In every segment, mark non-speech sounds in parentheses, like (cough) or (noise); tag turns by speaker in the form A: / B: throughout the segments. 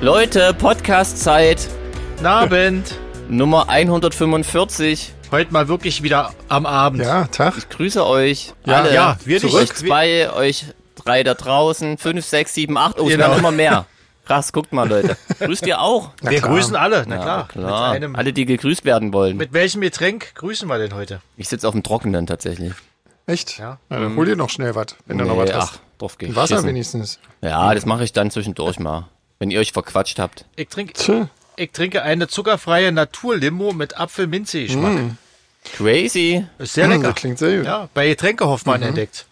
A: Leute, Podcast-Zeit
B: Guten Abend.
A: Nummer 145.
B: Heute mal wirklich wieder am Abend.
C: Ja, Tag.
A: Grüße euch
B: Ja,
A: alle.
B: ja, wir
A: Zurück.
B: dich.
A: Euch zwei, euch drei da draußen. Fünf, sechs, sieben, acht. Oh, es
B: Genau.
A: werden immer mehr. Krass, guckt mal,
B: (laughs)
A: Leute. Grüßt ihr auch?
C: Na
B: wir
C: klar.
B: grüßen alle, na
A: Ja,
B: klar. Mit, einem,
A: alle, die gegrüßt werden wollen.
B: mit welchem Getränk grüßen wir denn heute?
A: Ich sitze auf dem Trockenen tatsächlich.
C: Echt?
B: Ja.
C: Ja. dann hol dir noch schnell was, wenn du noch was
A: ach,
C: hast.
A: drauf
C: Ein Wasser
A: geschissen.
C: wenigstens.
A: Ja, das mache ich dann zwischendurch mal. Wenn ihr euch verquatscht habt.
B: Ich trinke,
C: Tö.
B: ich trinke eine zuckerfreie Naturlimo mit Apfelminze-Geschmack.
A: Crazy.
B: Ist sehr
C: Mm,
B: lecker.
C: das klingt sehr gut. Mhm.
B: Ja, bei Getränke Hoffmann entdeckt.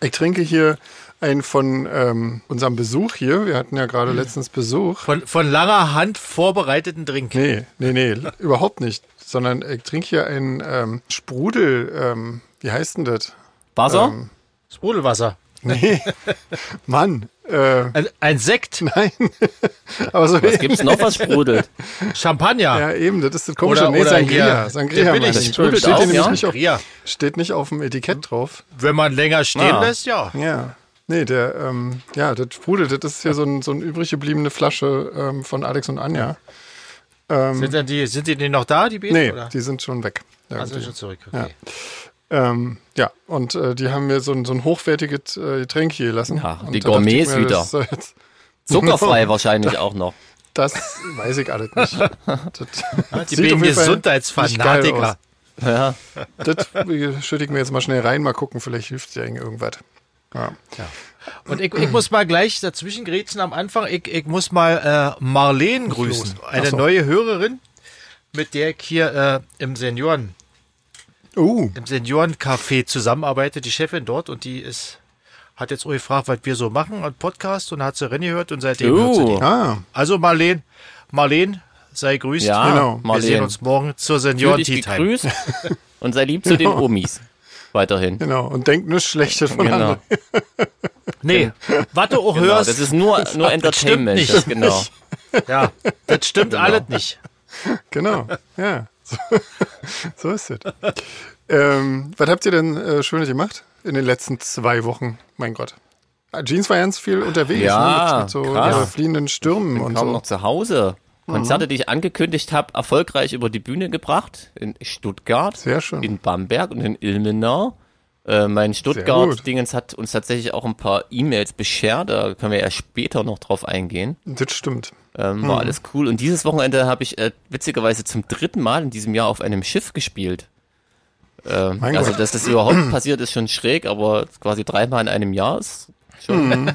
C: Ich trinke hier einen von ähm, unserem Besuch hier. Wir hatten ja gerade letztens Besuch.
B: Von, von langer Hand vorbereiteten Drink.
C: Nee,
B: (laughs)
C: nee, nee, überhaupt nicht. Sondern ich trinke hier einen ähm, Sprudel, ähm, wie heißt denn das?
A: Wasser?
B: Ähm. Sprudelwasser.
C: Nee,
B: (laughs)
C: Mann. Äh,
B: Ein, ein Sekt,
C: nein. (laughs) Aber so
A: Was gibt's noch, was
B: (laughs)
A: sprudelt?
B: Champagner.
C: Ja, eben, das ist das komische.
B: Oder-
C: nee,
B: oder
C: Sangria.
B: hier,
C: Sangria,
B: der
C: meine
B: billig-
C: ich. Entschuldigung,
A: sprudelt
C: steht, hier
A: auch,
C: nämlich
A: ja?
C: nicht auf,
B: Sangria.
C: steht nicht auf dem Etikett drauf.
B: Wenn man länger stehen
A: Ah.
B: lässt, ja.
C: Ja. Nee, der, ähm, ja, das sprudelt, das ist hier so ein, so ein übrig gebliebene Flasche ähm, von Alex und Anja.
B: Sind, denn die, sind die denn noch da, die Beete?
C: Ähm. Nee,
B: oder?
C: die sind schon weg.
B: Ah, sind
C: irgendwie.
B: schon zurück. Okay.
C: Ähm, ja, und äh, die haben mir so ein, so ein hochwertiges äh, Getränk hier gelassen.
A: Ja,
C: und
A: die
C: da dachte ich
A: Gourmets
C: mir,
A: wieder.
C: Das, soll jetzt,
A: Zuckerfrei wahrscheinlich auch noch.
C: das weiß ich alles
A: (laughs)
C: nicht. Das
B: Die
C: sieht
B: beiden
C: auf jeden Fall nicht
B: Gesundheitsfanatiker.
C: geil aus. Das schütte ich mir jetzt mal schnell rein, mal gucken, vielleicht hilft dir irgendwas. Ja.
B: Und ich, ich muss mal gleich dazwischen grätschen am Anfang. Ich, ich muss mal äh, Marleen grüßen. Eine
C: so.
B: neue Hörerin, mit der ich hier äh, im Senioren,
C: Uh,
B: im Seniorencafé zusammenarbeite, die Chefin dort und die ist, hat jetzt auch gefragt, was wir so machen und Podcast und hat sie Renny gehört und seitdem hört sie
A: Uh,
B: die.
C: ah,
B: Also Marleen, Marleen, sei grüßt.
A: ja,
C: Genau.
A: genau.
B: Wir
C: Wir
B: sehen uns morgen zur
A: Fühl
B: Senioren
A: dich
B: Tea Time.
A: gegrüßt und sei lieb zu den Omis. Weiterhin.
C: genau. Und denkt nichts Schlechtes von
A: Genau.
C: anderen.
A: (laughs)
B: Nee, was du auch
A: genau.
B: hörst,
A: Das ist nur, nur Entertainment.
B: nicht.
A: Das, genau.
B: ja, das
A: (laughs)
B: stimmt alles nicht.
C: Genau, ja. So, (laughs) so ist es. Ähm, was habt ihr denn äh, Schönes gemacht in den letzten zwei Wochen? Mein Gott. Ah, Jeans war ganz viel unterwegs,
A: Ja,
C: ne? mit, mit so
A: krass.
C: äh, fliehenden Stürmen und
A: Kaum
C: so.
A: noch zu Hause. Konzerte, die ich angekündigt habe, erfolgreich über die Bühne gebracht. In Stuttgart,
C: Sehr schön.
A: in Bamberg und in Ilmenau. Äh, mein
C: gut.
A: Stuttgart-Dingens hat uns tatsächlich auch ein paar E-Mails beschert. Da können wir ja später noch drauf eingehen.
C: Das stimmt.
A: Ähm,
C: Hm.
A: War alles cool. Und dieses Wochenende habe ich äh, witzigerweise zum dritten Mal in diesem Jahr auf einem Schiff gespielt. Ähm,
C: Mein
A: also,
C: Gott.
A: dass das
C: (clears throat)
A: überhaupt passiert, ist schon schräg, aber quasi dreimal in einem Jahr ist schon
C: Mhm.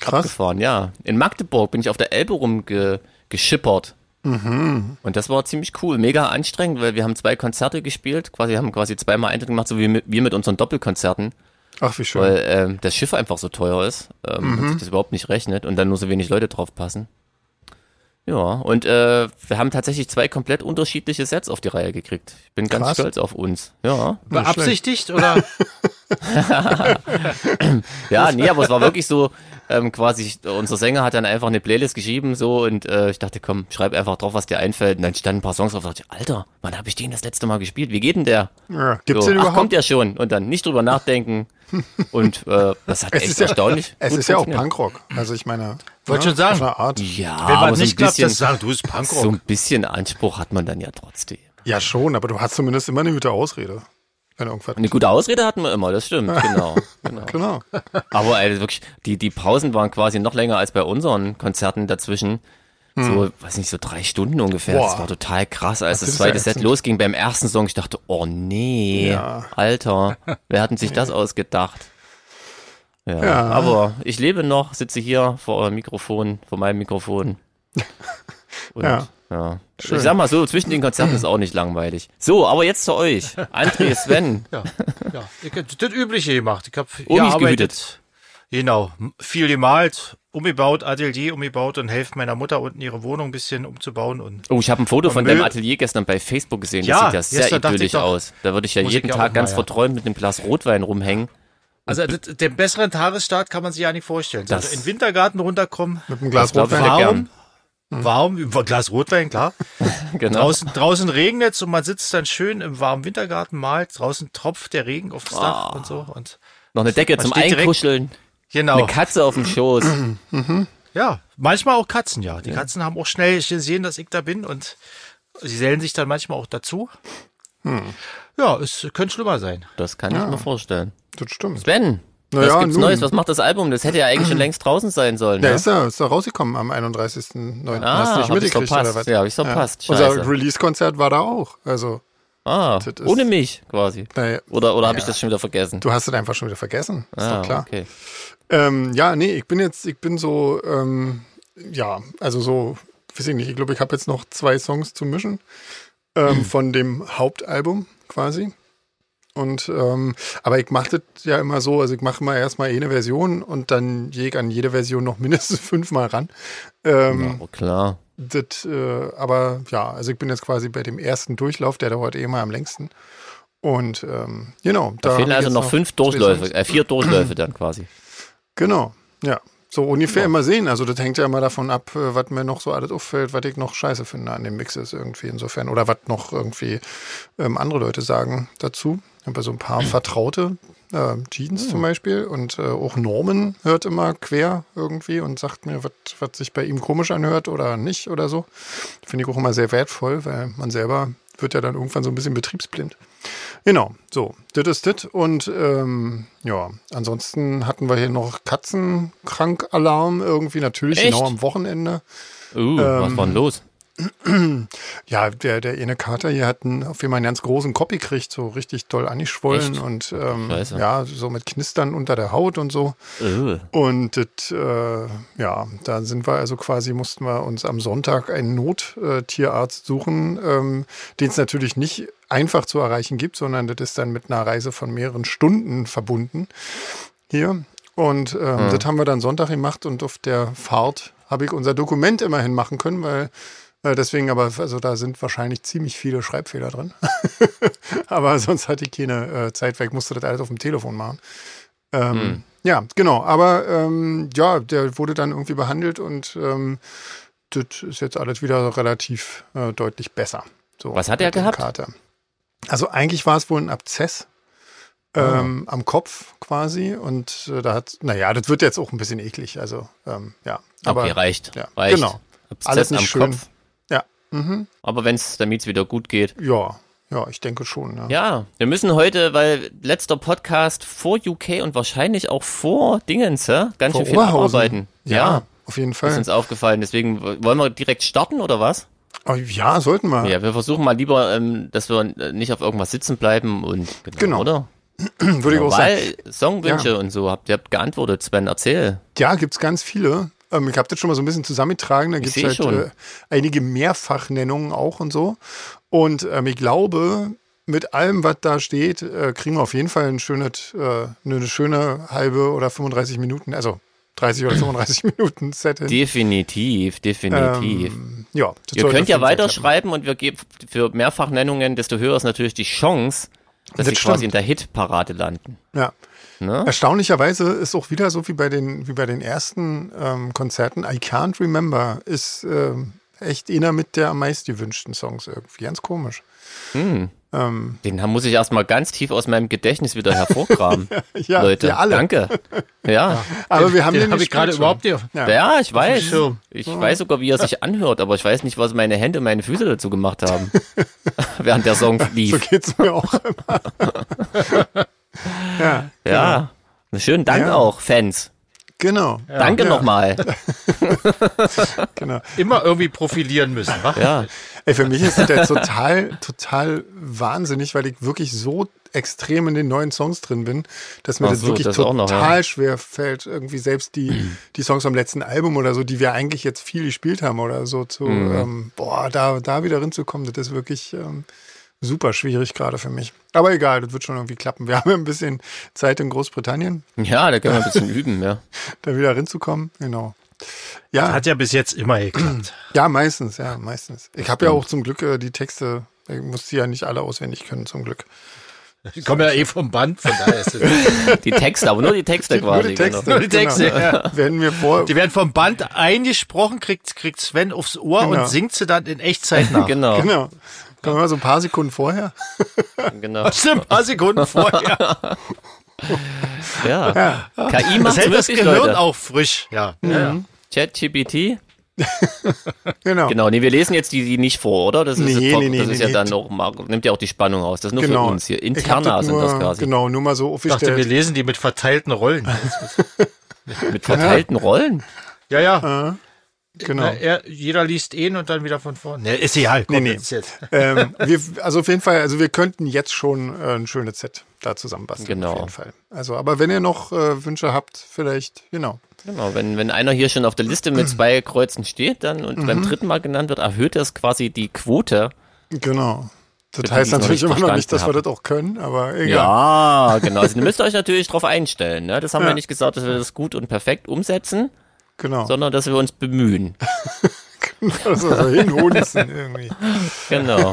C: Krass.
A: abgefahren, ja. In Magdeburg bin ich auf der Elbe rumgeschippert.
C: Mhm.
A: Und das war ziemlich cool, mega anstrengend, weil wir haben zwei Konzerte gespielt, quasi haben quasi zweimal Eintritt gemacht, so wie mit- wir mit unseren Doppelkonzerten,
C: Ach, wie schön.
A: weil ähm, das Schiff einfach so teuer ist ähm,
C: Mhm.
A: und sich das überhaupt nicht rechnet und dann nur so wenig Leute drauf passen. Ja, und äh, wir haben tatsächlich zwei komplett unterschiedliche Sets auf die Reihe gekriegt. Ich bin ganz
C: Krass.
A: stolz auf uns.
C: (laughs)
A: Ja.
B: Beabsichtigt oder?
A: Ja, nee, aber es war wirklich so, ähm, quasi, unser Sänger hat dann einfach eine Playlist geschrieben, so, und äh, ich dachte, komm, schreib einfach drauf, was dir einfällt. Und dann standen ein paar Songs drauf, dachte ich, Alter, wann habe ich den das letzte Mal gespielt? Wie geht denn der?
C: Ja.
A: So,
C: Gibt's den
A: ach, kommt
C: überhaupt?
A: der schon? Und dann nicht drüber
C: (laughs)
A: nachdenken. Und äh, das hat
C: es
A: echt
C: ist ja,
A: erstaunlich.
C: (laughs) es
A: gut
C: ist ja auch
A: funktioniert. Mhm.
C: Punkrock. Also ich meine,
B: Wollte
C: ne,
B: schon sagen.
C: auf eine Art.
A: Ja,
B: Wenn man
A: aber so ein,
B: nicht glaubt,
A: bisschen,
B: dass sagen, du bist
A: so
B: Punkrock.
A: ein bisschen Anspruch hat man dann ja trotzdem.
C: Ja, schon, aber du hast zumindest immer eine gute Ausrede. Wenn irgendwas.
A: Eine gute Ausrede hatten wir immer, das
B: (laughs)
A: stimmt, genau. genau.
C: Genau.
A: Aber also wirklich, die, die Pausen waren quasi noch länger als bei unseren Konzerten dazwischen. So, weiß nicht, so drei Stunden ungefähr.
C: Hm. Boah.
A: Das war total krass, als das,
C: ist
A: zweite
C: ja
A: Set
C: ätzend.
A: losging beim ersten Song. Ich dachte, oh nee,
C: Ja.
A: Alter, wer hat denn
C: (laughs)
A: sich das ausgedacht? Ja,
C: Ja.
A: aber ich lebe noch, sitze hier vor eurem Mikrofon, vor meinem
C: (laughs)
A: Mikrofon. Und,
C: Ja.
A: ja. Ich sag mal so, zwischen den Konzerten ist auch nicht langweilig. So, aber jetzt zu euch. André, Sven,
B: Ja, ja. Ich hab das Übliche gemacht. Ich habe
A: Omis
B: Genau. M- Viel gemalt, umgebaut, Atelier umgebaut und helfe meiner Mutter unten ihre Wohnung ein bisschen umzubauen. Und
A: Oh, ich habe ein Foto von
B: Müll-
A: deinem Atelier gestern bei Facebook gesehen. das
B: Ja,
A: sieht ja sehr
B: gestern dachte
A: idyllisch
B: ich doch,
A: aus. Da würde ich ja
B: muss
A: jeden
B: ich ja
A: Tag
B: auch
A: ganz
B: mal, ja.
A: verträumt mit einem Glas Rotwein rumhängen.
B: also das, den besseren Tagesstart kann man sich ja nicht vorstellen.
A: Das-
B: also in den Wintergarten runterkommen,
C: Mit einem Glas
A: glaub ich
C: Rotwein.
A: ja
B: warm,
A: gern.
B: warm, über Glas Rotwein, klar.
A: (laughs) Genau.
B: Draußen, draußen regnet und man sitzt dann schön im warmen Wintergarten, malt. Draußen tropft der Regen aufs
A: Ah.
B: Dach und so. Und
A: Noch eine Decke zum
B: steht direkt-
C: Oh.
A: Einkuscheln,
B: genau.
C: (clears throat)
A: eine Katze auf dem Schoß.
B: Ja, manchmal auch Katzen, ja. Die Katzen haben auch schnell gesehen, dass ich da bin und sie sellen sich dann manchmal auch dazu. Ja, es könnte schlimmer sein.
A: Das kann ich mir vorstellen.
C: Das stimmt.
A: Sven,
C: Na
A: was
C: ja,
A: gibt's
C: nun.
A: Neues? Was macht das Album? Das hätte ja eigentlich
C: (clears throat)
A: schon längst draußen sein sollen.
C: Ja,
A: ne?
C: ist er, ist er rausgekommen am 31.09.
A: Ah,
C: Hast du nicht
A: hab ich
C: mitgekriegt
A: verpasst.
C: oder was?
A: Ja, hab ich verpasst. Scheiße.
C: Unser Release-Konzert war da auch. Also,
A: ah,
C: das ist-
A: ohne mich quasi.
C: naja,
A: Oder, oder habe ich das schon wieder vergessen?
C: du hast es einfach schon wieder vergessen. Ist
A: Oh. ah,
C: doch klar.
A: Okay.
C: Ähm, ja, nee, ich bin jetzt, ich bin so, ähm, ja, also so, weiß ich nicht, ich glaube, ich habe jetzt noch zwei Songs zu mischen
A: (clears throat)
C: ähm, von dem Hauptalbum quasi. Und ähm, aber ich mache das ja immer so, also ich mache mal erstmal eine Version und dann gehe ich an jede Version noch (laughs) mindestens fünfmal ran. Ähm,
A: Aber klar.
C: das, äh, aber ja, also ich bin jetzt quasi bei dem ersten Durchlauf, der dauert eh mal am längsten. Und ähm, genau,
A: Da fehlen
C: hab ich
A: also
C: jetzt
A: noch fünf
C: zwei
A: Durchläufe,
C: Songs.
A: äh, vier
C: (clears throat)
A: Durchläufe dann quasi.
C: Genau, ja. So ungefähr immer sehen. Also das hängt ja immer davon ab, äh, was mir noch so alles auffällt, was ich noch scheiße finde an den Mixes irgendwie insofern. Oder was noch irgendwie ähm, andere Leute sagen dazu. Ich habe ja so ein paar Vertraute, äh, Jeans zum Beispiel und äh, auch Norman hört immer quer irgendwie und sagt mir, was was sich bei ihm komisch anhört oder nicht oder so. Finde ich auch immer sehr wertvoll, weil man selber wird ja dann irgendwann so ein bisschen betriebsblind. Genau, so, das ist das. Und ähm, ja, ansonsten hatten wir hier noch Katzenkrankalarm irgendwie natürlich
A: Echt?
C: genau am Wochenende.
A: Uh, was
C: Ähm,
A: war denn los?
C: (clears throat) Ja, der, der eine Kater hier hat einen, auf jeden Fall einen ganz großen Kopf gekriegt, so richtig doll angeschwollen
A: Echt?
C: und ähm,
A: Scheiße.
C: ja, so mit Knistern unter der Haut und so.
A: Uh,
C: Und das, äh, ja, da sind wir also quasi, mussten wir uns am Sonntag einen Nottierarzt suchen, ähm, den es natürlich nicht einfach zu erreichen gibt, sondern das ist dann mit einer Reise von mehreren Stunden verbunden hier. Und ähm,
A: Hm.
C: das haben wir dann Sonntag gemacht und auf der Fahrt habe ich unser Dokument immerhin machen können, weil äh, deswegen aber, also da sind wahrscheinlich ziemlich viele Schreibfehler drin. (laughs) aber sonst hatte ich keine äh, Zeit, weil ich musste das alles auf dem Telefon machen. Ähm,
A: Hm.
C: Ja, genau. Aber ähm, ja, der wurde dann irgendwie behandelt und ähm, das ist jetzt alles wieder relativ äh, deutlich besser. So,
A: Was hat er
C: mit dem
A: gehabt?
C: Kater. Also eigentlich war es wohl ein Abzess ähm, am Kopf quasi und äh, da hat, naja, das wird jetzt auch ein bisschen eklig. Also ähm, ja, aber
A: okay, reicht.
C: ja,
A: reicht.
C: genau.
A: Abszess
C: Alles nicht
A: am
C: schön.
A: Kopf.
C: ja, mhm.
A: Aber wenn es, damit es wieder gut geht.
C: ja, ja, ich denke schon. Ja.
A: Ja, wir müssen heute, weil letzter Podcast vor UK und wahrscheinlich auch vor Dingens, hä? ganz
C: Vor
A: schön viel
C: Oberhausen.
A: abarbeiten.
C: Ja, auf jeden
A: Ist
C: Fall.
A: uns aufgefallen, deswegen w- wollen wir direkt starten oder was?
C: Oh, ja, sollten wir.
A: Ja, wir versuchen mal lieber, ähm, dass wir äh, nicht auf irgendwas sitzen bleiben und genau,
C: Genau.
A: oder?
C: (laughs) Würde ich auch sagen.
A: Weil Songwünsche und so habt ihr habt geantwortet, Sven, erzähl.
C: Ja, gibt's ganz viele. Ähm, ich habe das schon mal so ein bisschen zusammengetragen. Da gibt's
A: seh
C: halt
A: schon.
C: äh, einige Mehrfachnennungen auch und so. Und ähm, ich glaube, mit allem, was da steht, äh, kriegen wir auf jeden Fall ein schönes, äh, eine schöne halbe oder 35 Minuten, also 30 oder 35 (laughs) Minuten Set hin.
A: Definitiv, definitiv.
C: Ähm, ja, das
A: ihr
C: sollte
A: könnt ja
C: auf jeden Fall
A: weiterschreiben und wir geben für Mehrfachnennungen, desto höher ist natürlich die Chance, dass
C: Das
A: sie quasi
C: stimmt.
A: in der Hitparade landen.
C: klappen. Ja.
A: Ne?
C: Erstaunlicherweise ist auch wieder so wie bei den, wie bei den ersten ähm, Konzerten, I Can't Remember ist ähm, echt einer mit der am meisten gewünschten Songs irgendwie. Ganz komisch. (laughs)
A: Den haben- muss ich erstmal ganz tief aus meinem Gedächtnis wieder hervorgraben.
C: (laughs) Ja,
A: Leute,
C: wir alle.
A: danke. Ja.
C: Aber wir haben den,
B: Den habe ich
C: gespielt
B: gerade
C: schon.
B: überhaupt nicht.
A: ja. ich weiß.
B: Schirm.
A: Ich weiß sogar, wie er sich anhört, aber ich weiß nicht, was meine Hände und meine Füße dazu gemacht
C: (laughs)
A: haben, während der Song
C: So
A: lief.
C: geht's mir auch immer.
B: (laughs)
C: ja,
A: Ja. Schönen Dank
C: Ja.
A: auch, Fans.
C: genau.
A: Danke
C: ja, (laughs)
A: nochmal.
C: Genau.
B: Immer irgendwie profilieren müssen, wa?
A: Ja.
C: Ey, für mich ist das ja total, total wahnsinnig, weil ich wirklich so extrem in den neuen Songs drin bin, dass mir
A: Ach
C: das
A: so,
C: wirklich
A: das auch
C: total
A: noch, ja.
C: schwer fällt, irgendwie
A: (clears throat)
C: selbst die, die Songs vom letzten Album oder so, die wir eigentlich jetzt viel gespielt haben oder so, zu,
A: Mhm.
C: ähm, boah, da, da wieder rinzukommen, das ist wirklich ähm, super schwierig gerade für mich. Aber egal, das wird schon irgendwie klappen. Wir (laughs) haben ja ein bisschen Zeit in Großbritannien,
A: Ja, da können wir ein bisschen üben, ja.
C: da wieder rinzukommen, genau. Ja,
B: Hat ja bis jetzt immer geklappt.
C: ja, meistens, ja, meistens. Ich habe ja auch zum Glück äh, die Texte, ich muss die ja nicht alle auswendig können, zum Glück.
B: Ich komme ja eh vom Band, von daher ist es.
A: Die Texte, aber nur die Texte quasi.
C: Nur die Texte,
A: Genau.
B: Die Texte, ja.
C: (laughs) Werden wir vor.
B: Die werden vom Band eingesprochen, kriegt, kriegt Sven aufs Ohr
C: Genau.
B: und singt sie dann in Echtzeit
A: (laughs)
B: nach.
A: Genau, genau.
C: Genau. Können wir mal so ein paar Sekunden vorher?
A: genau.
B: Schon ein paar Sekunden vorher.
A: Ja. KI macht
B: Das hält das
A: wirklich,
B: Gehirn
A: Leute.
B: auch frisch. Ja. ja. ja.
A: ChatGPT?
C: Genau.
A: Genau, nee, wir lesen jetzt die, die nicht vor, oder? Das ist,
C: Nee,
A: jetzt-
C: nee, nee,
A: das ist
C: nee,
A: ja
C: nee.
A: dann auch, mag- nimmt ja auch die Spannung raus. Das ist nur
C: genau.
A: für uns hier.
C: Ich hab
A: Interna sind
C: nur,
A: das quasi.
C: Genau, nur mal so
B: Ich dachte, wir
C: offiziell.
B: lesen die mit verteilten Rollen.
A: Mit
C: (laughs)
A: verteilten Rollen.
B: ja, ja.
C: Genau.
B: Na, Ne, er, jeder liest ihn und dann wieder von vorne. Ne, ist egal. Komm,
C: Nee, nee.
B: das ist jetzt.
C: (laughs) ähm, wir, also auf jeden Fall, also wir könnten jetzt schon äh, ein schönes Set da zusammenbasteln.
A: Genau.
C: Auf jeden Fall. Also, aber wenn ihr noch äh, Wünsche habt, vielleicht, genau.
A: Genau, wenn, wenn einer hier schon auf der Liste
C: Mhm.
A: mit zwei Kreuzen steht dann und beim dritten Mal genannt wird, erhöht das quasi die Quote.
C: Genau. Das
A: Bitte,
C: heißt
A: die noch
C: natürlich
A: nicht
C: immer noch nicht, dass wir
A: verstanden
C: das auch können, aber egal.
A: Ja, genau. Also ihr müsst euch natürlich drauf einstellen. Ne? Das haben wir nicht gesagt, dass wir das gut und perfekt umsetzen,
C: Genau.
A: sondern dass wir uns bemühen.
C: (laughs) Also so hinhunzen irgendwie. (laughs)
A: Genau.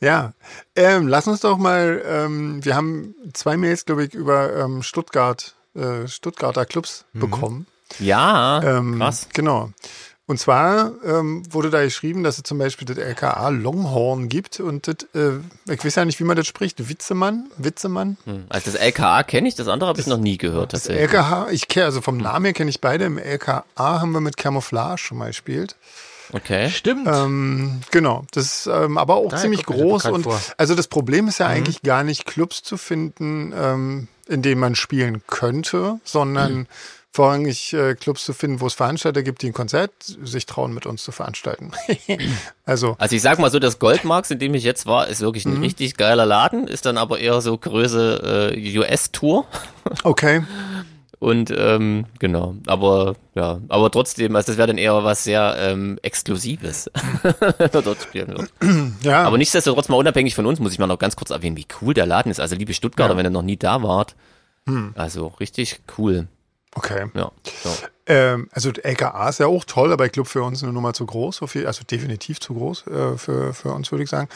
C: Ja, ähm, lass uns doch mal, ähm, wir haben zwei Mails, glaube ich, über ähm, Stuttgart, äh, Stuttgarter Clubs bekommen.
A: Ja,
C: Ähm,
A: krass.
C: Genau. Und zwar ähm, wurde da geschrieben, dass es zum Beispiel das LKA Longhorn gibt und das, äh, ich weiß ja nicht, wie man das spricht, Witzemann, Witzemann,
A: Also das LKA kenne ich, das andere habe ich noch nie gehört
C: das
A: tatsächlich.
C: LKH, ich kenne, also vom Namen her kenne ich beide, im LKA haben wir mit Camouflage schon mal gespielt.
A: Okay.
B: Stimmt.
C: Ähm, genau, das ist ähm, aber auch
B: Daher
C: ziemlich
B: kommt mir so
C: groß.
B: bekannt
C: Und
B: vor. Mhm.
C: also das Problem ist ja eigentlich gar nicht, Clubs zu finden, ähm, in denen man spielen könnte, sondern
B: Mhm.
C: vorrangig äh, Clubs zu finden, wo es Veranstalter gibt, die ein Konzert sich trauen, mit uns zu veranstalten. (laughs) also,
A: Also ich sag mal so, das Goldmarks, in dem ich jetzt war, ist wirklich
C: Mhm.
A: ein richtig geiler Laden, ist dann aber eher so Größe äh, US-Tour.
C: okay.
A: Und ähm, genau, aber ja, aber trotzdem, also das wäre dann eher was sehr ähm, Exklusives, (laughs) wenn man dort spielen wird.
C: Ja,
A: Aber nichtsdestotrotz mal unabhängig von uns muss ich mal noch ganz kurz erwähnen, wie cool der Laden ist. Also liebe Stuttgarter, wenn ihr noch nie da wart,
C: Hm.
A: also richtig cool.
C: okay.
A: Ja, so.
C: Ähm, also das LKA ist ja auch toll, aber ich glaube für uns eine Nummer zu groß, so viel, also definitiv zu groß äh, für, für uns, würde ich sagen.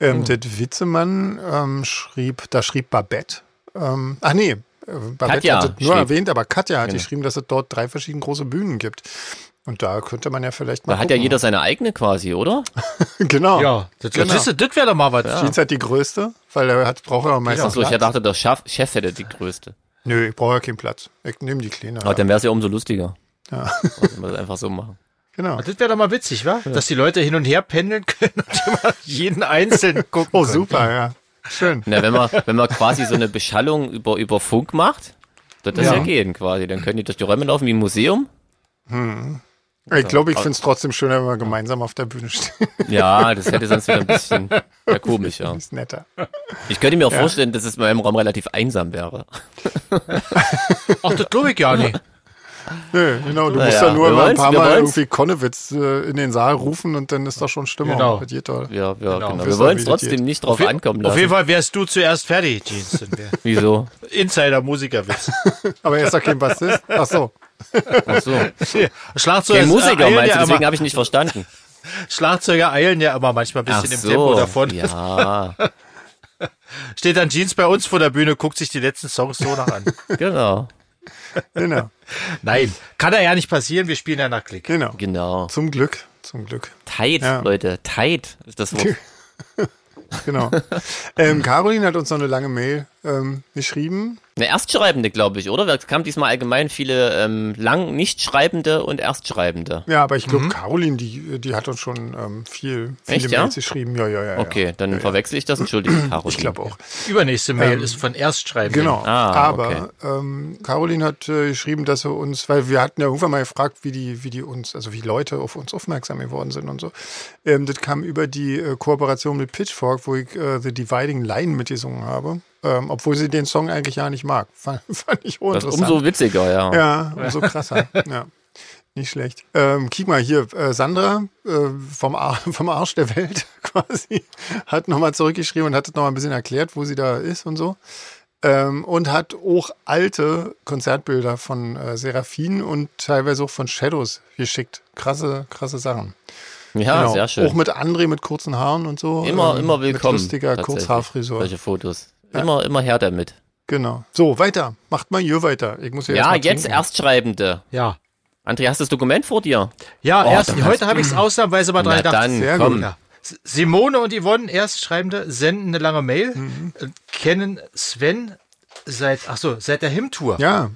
C: Ähm,
A: Mhm.
C: Das Witzemann ähm, schrieb, da schrieb Babette. Ähm, ach nee, äh, Babette
A: Katja
C: hat das nur
A: schrieb.
C: erwähnt, aber Katja hat
A: Genau.
C: geschrieben, dass es dort drei verschiedene große Bühnen gibt. Und da könnte man ja vielleicht mal.
A: Da hat ja
C: gucken.
A: jeder seine eigene quasi, oder?
C: (laughs) genau.
B: ja, das,
C: genau.
B: das, ist- das wäre doch mal was.
C: Die ist halt die größte, weil er hat, braucht ja am meisten.
A: Ach so, ich
C: Platz.
A: dachte, der Chef, Chef hätte die größte.
C: Nö, ich brauche ja keinen Platz. Ich nehme die Kleine.
A: Aber dann wäre es ja umso lustiger.
C: Ja.
A: Wenn wir das einfach so machen. oh,
C: Genau.
B: Das wäre doch mal witzig, wa? Dass die Leute hin und her pendeln können und immer
A: (laughs)
B: jeden einzelnen gucken.
C: Oh,
B: können.
C: super, ja. Schön.
A: Na, wenn man, wenn man quasi so eine Beschallung über, über Funk macht, wird das ja.
C: Ja.
A: gehen quasi. Dann können die durch die Räume laufen wie ein Museum.
C: Ich glaube, ich finde es trotzdem schöner, wenn wir gemeinsam auf der Bühne stehen.
A: Ja, das hätte sonst wieder ein bisschen ja, komisch, ja.
C: (laughs) ist netter.
A: Ich könnte mir auch vorstellen, dass es in meinem Raum relativ einsam wäre.
B: Ach, das glaube ich ja nicht.
C: Nö, genau, du
A: Na
C: musst
A: ja,
C: ja nur
A: wir
C: immer ein
A: wollen's,
C: paar
A: wir
C: Mal
A: wollen's.
C: irgendwie Konnewitz äh, in den Saal rufen und dann ist doch schon Stimmung.
B: Genau.
C: Das geht toll.
A: Ja, ja, genau. Wir
C: wissen
A: wollen
C: wir, wie
A: es
C: das
A: trotzdem
C: geht.
A: nicht drauf ankommen lassen.
B: Auf jeden Fall wärst du zuerst fertig, Jeans.
A: Wieso? (laughs)
B: Insider-Musikerwitz.
C: Aber er ist doch kein Bassist. Ach so.
A: Ach so.
B: Schlagzeuger,
A: Den Musiker
B: eilen
A: meinst du,
B: ja
A: deswegen
B: immer,
A: habe ich nicht verstanden.
B: Schlagzeuger eilen ja immer manchmal ein
A: Ach
B: bisschen im Tempo
A: so.
B: davon.
A: Ja,
B: Steht dann Jeans bei uns vor der Bühne, guckt sich die letzten Songs so nach an.
A: (laughs) genau.
C: Genau.
B: Nein, kann da ja nicht passieren, wir spielen ja nach Klick.
C: genau.
A: Genau.
C: Zum Glück. Zum Glück.
A: Tight,
C: Ja.
A: Leute. Tight ist das
B: (laughs)
A: Wort.
C: Genau. ähm, Caroline hat uns noch eine lange Mail ähm, geschrieben.
A: Eine Erstschreibende, glaube ich, oder? Da kamen diesmal allgemein viele ähm, lang Nichtschreibende und Erstschreibende.
C: Ja, aber ich glaube, Caroline, die, die hat uns schon ähm, viel, viele
A: Mhm. Echt, ja?
C: Mails geschrieben. Ja, ja, ja.
A: Okay,
C: Ja.
A: dann verwechsel ich das. Entschuldige, Caroline.
C: Ich glaube auch.
B: Übernächste Mail ist von Erstschreiben.
C: Ähm, Genau.
A: Ah,
C: Aber ähm, Caroline hat äh, geschrieben, dass sie uns, weil wir hatten ja irgendwann mal gefragt, wie die, wie die uns, also wie Leute auf uns aufmerksam geworden sind und so. Ähm, das kam über die äh, Kooperation mit Pitchfork, wo ich äh, The Dividing Line mitgesungen habe. Ähm, obwohl sie den Song eigentlich ja nicht mag. (laughs) Fand, fand
A: Das
C: ich
A: ist
C: uninteressant.
A: umso witziger, ja.
C: Ja, umso krasser. (laughs) ja. Nicht schlecht. Ähm, kick mal hier, äh, Sandra äh, vom, Ar (laughs) vom Arsch der Welt (laughs) quasi hat nochmal zurückgeschrieben und hat nochmal ein bisschen erklärt, wo sie da ist und so. Ähm, und hat auch alte Konzertbilder von äh, Seraphin und teilweise auch von Shadows geschickt. Krasse, krasse Sachen.
A: Ja,
C: Genau.
A: Ah, sehr schön.
C: Auch mit André mit kurzen Haaren und so.
A: immer,
C: ähm,
A: immer willkommen.
C: Mit lustiger
A: tatsächlich.
C: Kurzhaarfrisur.
A: Solche Fotos. Immer, immer her damit.
C: Genau. So, weiter. Macht mal hier weiter. Ich muss hier erst
A: Ja,
C: mal
A: jetzt
C: trinken.
A: Erstschreibende.
B: Ja.
A: André, hast du das Dokument vor dir?
B: Ja,
A: Oh,
B: erst,
A: dann
B: heute habe ich es ausnahmsweise mal dran
A: Na
B: gedacht.
A: dann,
C: sehr
A: komm.
C: gut.
B: Ja. S- Simone und Yvonne, Erstschreibende, senden eine lange
C: Mhm.
B: Mail, äh, kennen Sven seit, ach so, seit der Him-Tour.
C: Ja,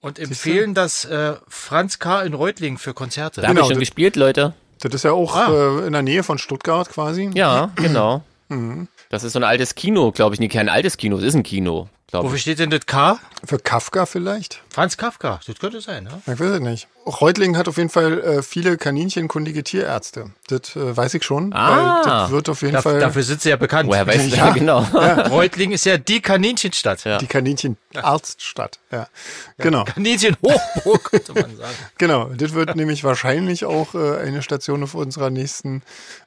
B: Und empfehlen das äh, Franz K. in Reutlingen für Konzerte.
A: Da
B: Ja.
A: habe ich
C: Genau,
A: schon
C: das-
A: gespielt, Leute.
C: Das ist ja auch
B: Ah.
C: äh, in der Nähe von Stuttgart quasi. (clears throat)
A: Ja, genau.
C: Mhm.
A: Das ist so ein altes Kino, glaube ich. Nee, kein altes Kino, es ist ein Kino, glaube
B: Wofür
A: ich.
B: steht denn das K?
C: Für Kafka vielleicht?
B: Franz Kafka. Das könnte sein, ne?
C: Ich weiß es nicht. Reutlingen hat auf jeden Fall äh, viele kaninchenkundige Tierärzte. Das äh, weiß ich schon.
A: Ah.
C: weil das wird auf jeden
B: Daf-
C: Fall
B: dafür sind sie ja bekannt.
A: Woher weißt du
C: Ja.
A: (laughs) genau?
B: (laughs) Reutlingen ist ja die Kaninchenstadt.
A: Ja.
C: die Kaninchenarztstadt. Ja. Genau,
B: Kaninchenhochburg, (laughs) könnte man sagen.
C: genau.
A: (laughs)
C: Das wird nämlich wahrscheinlich auch äh, eine Station auf unserer nächsten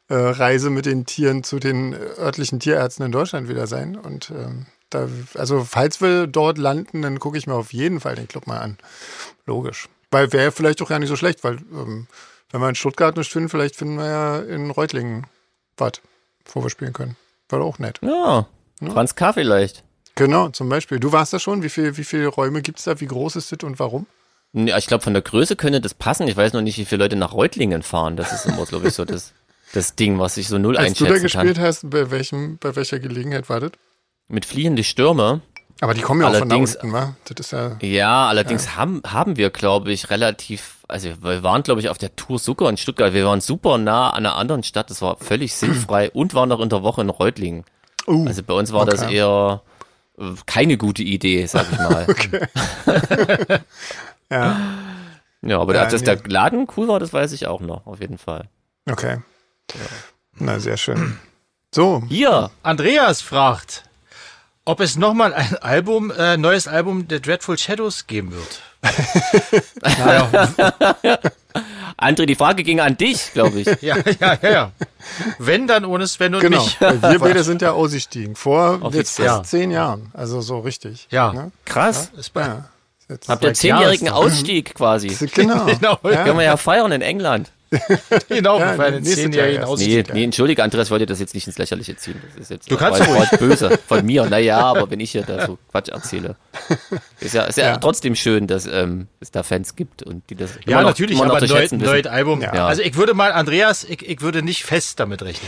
C: äh, Reise mit den Tieren zu den äh, örtlichen Tierärzten in Deutschland wieder sein. Und ähm, da, also falls wir dort landen, dann gucke ich mir auf jeden Fall den Club mal an. Logisch. Weil wäre vielleicht auch gar nicht so schlecht, weil ähm, wenn wir in Stuttgart nicht finden, vielleicht finden wir ja in Reutlingen was, wo wir spielen können. War doch auch nett.
A: Ja. Franz K. vielleicht.
C: Genau, zum Beispiel. Du warst da schon. Wie viel, wie viele Räume gibt's da? Wie groß ist das und warum?
A: Ja, ich glaube, von der Größe könnte das passen. Ich weiß noch nicht, wie viele Leute nach Reutlingen fahren. Das ist immer, glaube ich, so das, das Ding, was ich so null
C: Als du da
A: einschätzen
C: gespielt
A: kann.
C: hast, bei, welchem, bei welcher Gelegenheit war das?
A: Mit fliehende Stürme.
C: Aber die kommen ja
A: Allerdings-
C: auch von da unten, wa? Das ist ja.
A: Ja, allerdings Haben, haben wir, glaube ich, relativ, also wir waren, glaube ich, auf der Tour Zucker in Stuttgart. Wir waren super nah an einer anderen Stadt. Das war völlig sinnfrei und waren noch in der Woche in Reutlingen.
C: Uh,
A: Also bei uns war das
C: okay.
A: eher äh, keine gute Idee, sag ich mal. (laughs)
C: ja.
A: Ja, aber
C: Ja,
A: dass
C: nee.
A: der Laden cool war, das weiß ich auch noch, auf jeden Fall.
C: Okay. Na, sehr schön. So,
A: (clears throat) Hier,
B: Andreas fragt, ob es nochmal ein Album, äh, neues Album der Dreadful Shadows geben
A: (laughs)
B: wird. naja,
A: André, die Frage ging an dich, glaube ich.
B: ja, ja, ja, ja. Wenn, dann ohne Sven und
C: genau.
B: mich.
C: Weil Wir beide sind ja ausgestiegen. Vor jetzt
A: Offiziell.
C: fast zehn Jahren. Also so richtig.
B: Ja.
C: Ne?
A: Krass.
B: Ist bei,
C: ja. Jetzt
A: Habt ihr
B: Seit Jahren
A: zehnjährigen
B: ist
A: Ausstieg quasi. (laughs)
C: Genau.
B: Genau,
A: Können wir ja feiern in England.
B: Genau,
C: Ja,
B: für einen
C: nächstes Jahr
B: zehnjährigen
C: erst.
B: aus.
A: Nee, nee, entschuldige, Andreas, ich wollte das jetzt nicht ins Lächerliche ziehen. Das ist jetzt
B: äh. Du kannst
A: war, war jetzt böse von
B: (laughs)
A: mir. Naja, aber wenn ich hier da so Quatsch erzähle. Ist ja, ist ja,
C: Ja.
A: trotzdem schön, dass ähm, es da Fans gibt und die das immer
B: Ja,
A: noch,
B: natürlich,
A: immer noch
B: aber
A: zu
B: neu,
A: schätzen wissen.
B: neues Album.
C: Ja.
B: Also ich würde mal, Andreas, ich, ich würde nicht fest damit rechnen.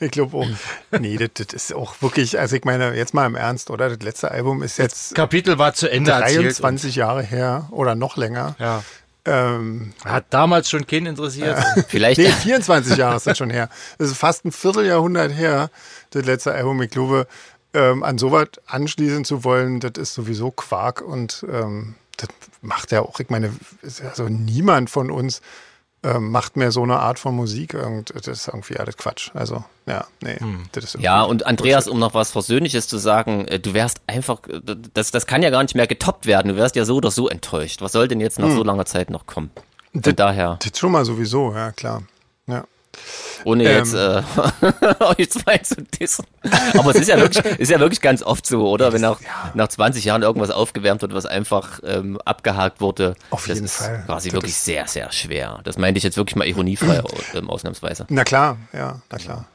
C: Ich glaube auch. Nee, das, das ist auch wirklich, also ich meine, jetzt mal im Ernst, oder? Das letzte Album ist jetzt
B: Kapitel war zu Ende erzählt.
C: 23 Jahre her oder noch länger.
B: und- Ja.
C: Ähm,
B: Hat damals schon keinen interessiert.
A: Vielleicht,
C: Nee, 24 Jahre ist das schon her. Das ist fast ein Vierteljahrhundert her, das letzte Album. Ich glaube, ähm, an sowas anschließen zu wollen, das ist sowieso Quark und ähm, das macht ja auch, ich meine, ist also niemand von uns ähm, macht mehr so eine Art von Musik. Irgend, das ist irgendwie alles Quatsch. Also, ja, nee. Das ist
A: Hm. Ja,
C: irgendwie-
A: und Andreas, um noch was Versöhnliches zu sagen, äh, du wärst einfach, äh, das, das kann ja gar nicht mehr getoppt werden. Du wärst ja so oder so enttäuscht. Was soll denn jetzt
B: Hm.
A: nach so langer Zeit noch kommen? Von daher,
C: Das schon mal sowieso, ja, klar. Ja.
A: ohne jetzt
C: Ähm.
A: äh, (laughs) euch zwei zu dissen. Aber es ist ja wirklich, ist ja wirklich ganz oft so, oder? Wenn nach, nach 20 Jahren irgendwas aufgewärmt wird, was einfach ähm, abgehakt wurde.
C: Auf
A: das
C: jeden
A: ist
C: Fall.
A: quasi
C: Das
A: wirklich sehr, sehr schwer. Das meinte ich jetzt wirklich mal
C: (clears throat)
A: ironiefrei ähm, ausnahmsweise.
C: Na klar, ja, na klar.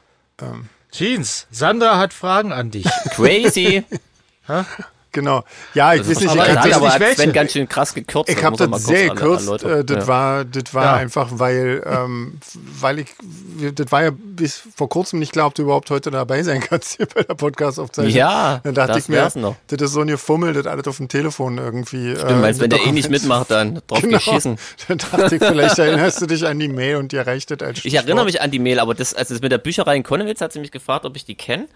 B: Jeans, Sandra hat Fragen an dich.
C: (laughs)
A: Crazy!
C: Genau. Ja, ich
A: Das ist
C: weiß nicht,
A: aber
C: ich
A: hat
C: hab's-
A: aber
B: nicht
A: hat
B: welche.
A: Sven ganz schön krass gekürzt.
C: Ich habe
A: muss er mal
C: das
A: kurz
C: sehr
A: alle-
C: gekürzt.
A: erläutern.
C: Äh, das
A: Ja.
C: war, das war
B: Ja.
C: einfach, weil, ähm, weil ich, das war ja bis vor kurzem nicht klar, ob du überhaupt heute dabei sein kannst hier bei der Podcast-Aufzeichnung.
A: Ja,
C: dann dachte
A: das
C: ich mir,
A: wär's noch.
C: das ist so ein Gefummel, das alles auf dem Telefon irgendwie.
A: Stimmt, meinst, wenn der eh nicht
C: Dokument- (laughs)
A: mitmacht, dann drauf
C: Genau.
A: geschissen.
C: Dann dachte ich, vielleicht erinnerst du dich an die Mail und dir reicht das als
A: Ich erinnere mich an die Mail, aber das, also das mit der Bücherei in Konnewitz hat sie mich gefragt, ob ich die kenne.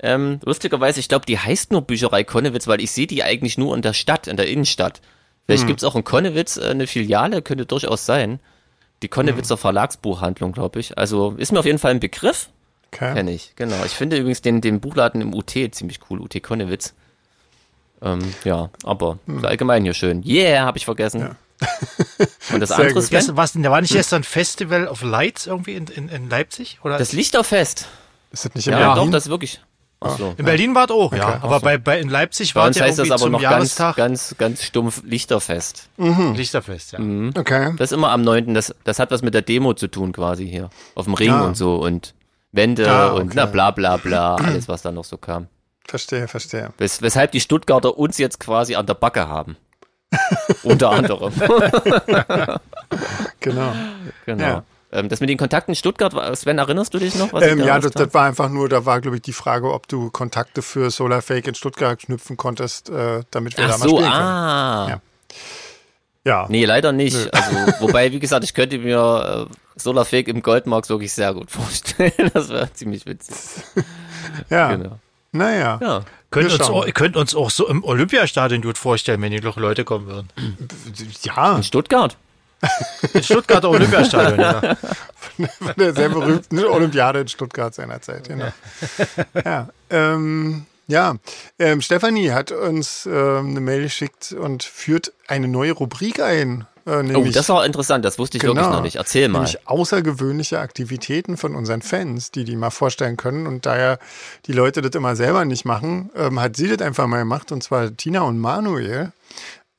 A: Ähm, lustigerweise, ich glaube, die heißt nur Bücherei Konnewitz, weil ich sehe die eigentlich nur in der Stadt, in der Innenstadt. Vielleicht
C: Hm.
A: gibt's auch in Konnewitz äh, eine Filiale, könnte durchaus sein. Die Konnewitzer
C: Hm.
A: Verlagsbuchhandlung, glaube ich. Also ist mir auf jeden Fall ein Begriff,
C: Okay.
A: kenne ich. Genau. Ich finde übrigens den, den Buchladen im UT ziemlich cool, UT Konnewitz. Ähm, ja, aber
C: Hm.
A: ist allgemein hier schön. Yeah, habe ich vergessen. Und das
C: (laughs) Sehr
A: andere
C: gut.
A: Sven?
B: Gestern, war's, denn- da war
A: Hm.
B: nicht gestern Festival of Lights irgendwie in, in, in Leipzig? Oder?
A: Das Lichterfest.
C: Ist das nicht in
A: Ja, doch,
C: Berlin?
A: das wirklich.
C: Ah.
A: Ach so.
B: in Berlin war es auch, ja.
C: Okay.
B: Aber bei, bei, in Leipzig
A: also Bei
B: war es
A: uns
B: ja
A: heißt
B: irgendwie
A: das aber
B: zum
A: noch ganz,
B: Jahrestag
A: ganz, ganz stumpf Lichterfest.
B: Hm. Lichterfest, ja.
C: okay.
A: Das ist immer am 9. Das, das hat was mit der Demo zu tun quasi hier. Auf dem Ring
C: Ah.
A: und so und Wände
C: Ah,
A: und
C: okay.
A: na bla bla bla, alles was da noch so kam.
C: Verstehe, verstehe.
A: Wes, weshalb die Stuttgarter uns jetzt quasi an der Backe haben.
C: (laughs)
A: Unter anderem.
C: Genau.
A: genau.
C: Ja.
A: Ähm, das mit den Kontakten in Stuttgart, war- Sven, erinnerst du dich noch? Was ich
C: Ähm,
A: da
C: ja, das,
A: gemacht hab?
C: das war einfach nur, da war, glaube ich, die Frage, ob du Kontakte für Solarfake in Stuttgart knüpfen konntest, äh, damit wir
A: Ach
C: da mal
A: so,
C: spielen können.
A: ah.
C: Ja. Ja.
A: Nee, leider nicht. Also, wobei, wie gesagt, ich könnte mir äh, Solarfake im Goldmarkt wirklich sehr gut (laughs) vorstellen. Das wäre ziemlich witzig.
C: ja.
A: Genau.
C: Naja.
A: Ja.
B: Könnt
C: Wir
B: uns,
C: schauen.
B: auch, ihr könnt uns auch so im Olympiastadion gut vorstellen, wenn die noch Leute kommen (laughs) würden.
C: Ja, (laughs)
A: In Stuttgart.
B: In Stuttgarter Olympiastadion, ja.
C: von der sehr berühmten Olympiade in Stuttgart seinerzeit. Genau. Ja. Ähm, ja. Ähm, Stefanie hat uns ähm, eine Mail geschickt und führt eine neue Rubrik ein. Äh,
A: Oh,
C: nämlich
A: das war interessant. Das wusste ich wirklich noch nicht. Erzähl mal.
C: Genau. Nämlich außergewöhnliche Aktivitäten von unseren Fans, die die mal vorstellen können. Und da ja die Leute das immer selber nicht machen, ähm, hat sie das einfach mal gemacht. Und zwar Tina und Manuel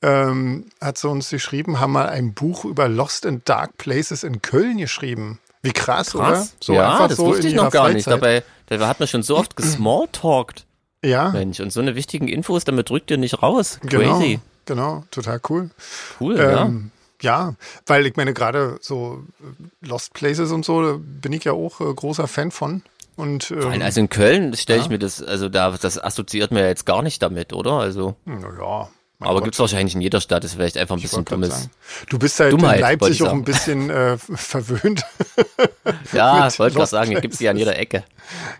C: ähm, hat sie uns geschrieben, haben mal ein Buch über Lost and Dark Places in Köln geschrieben. Wie krass, oder?
A: Krass. ja, das wusste ich noch
C: ihrer
A: gar nicht.
C: Freizeit.
A: Dabei, dabei hat man schon so oft gesmalltalkt,
C: Ja,
A: Mensch. Und so eine wichtigen Infos, damit drückt ihr nicht raus.
C: genau.
A: Crazy.
C: Genau, total cool.
A: Cool, ja.
C: Ähm, ja, weil ich meine, gerade so äh, Lost Places und so, da bin ich ja auch äh, großer Fan von. Und ähm,
A: Also in Köln stelle ich mir das, also da, das assoziiert man ja jetzt gar nicht damit, oder? Also,
C: Naja. mein
A: aber
C: Oh Gott,
A: gibt's wahrscheinlich in jeder Stadt, ist vielleicht einfach ein
C: ich
A: bisschen
C: wollte grad
A: dummes.
C: sagen. Du bist halt
A: Dummheit,
C: in
A: wollte ich
C: Leipzig auch
A: sagen.
C: ein bisschen äh, (laughs) verwöhnt.
A: Ja,
C: mit
A: wollte gerade
C: Lost
A: sagen,
C: Places.
A: gibt's die an jeder Ecke.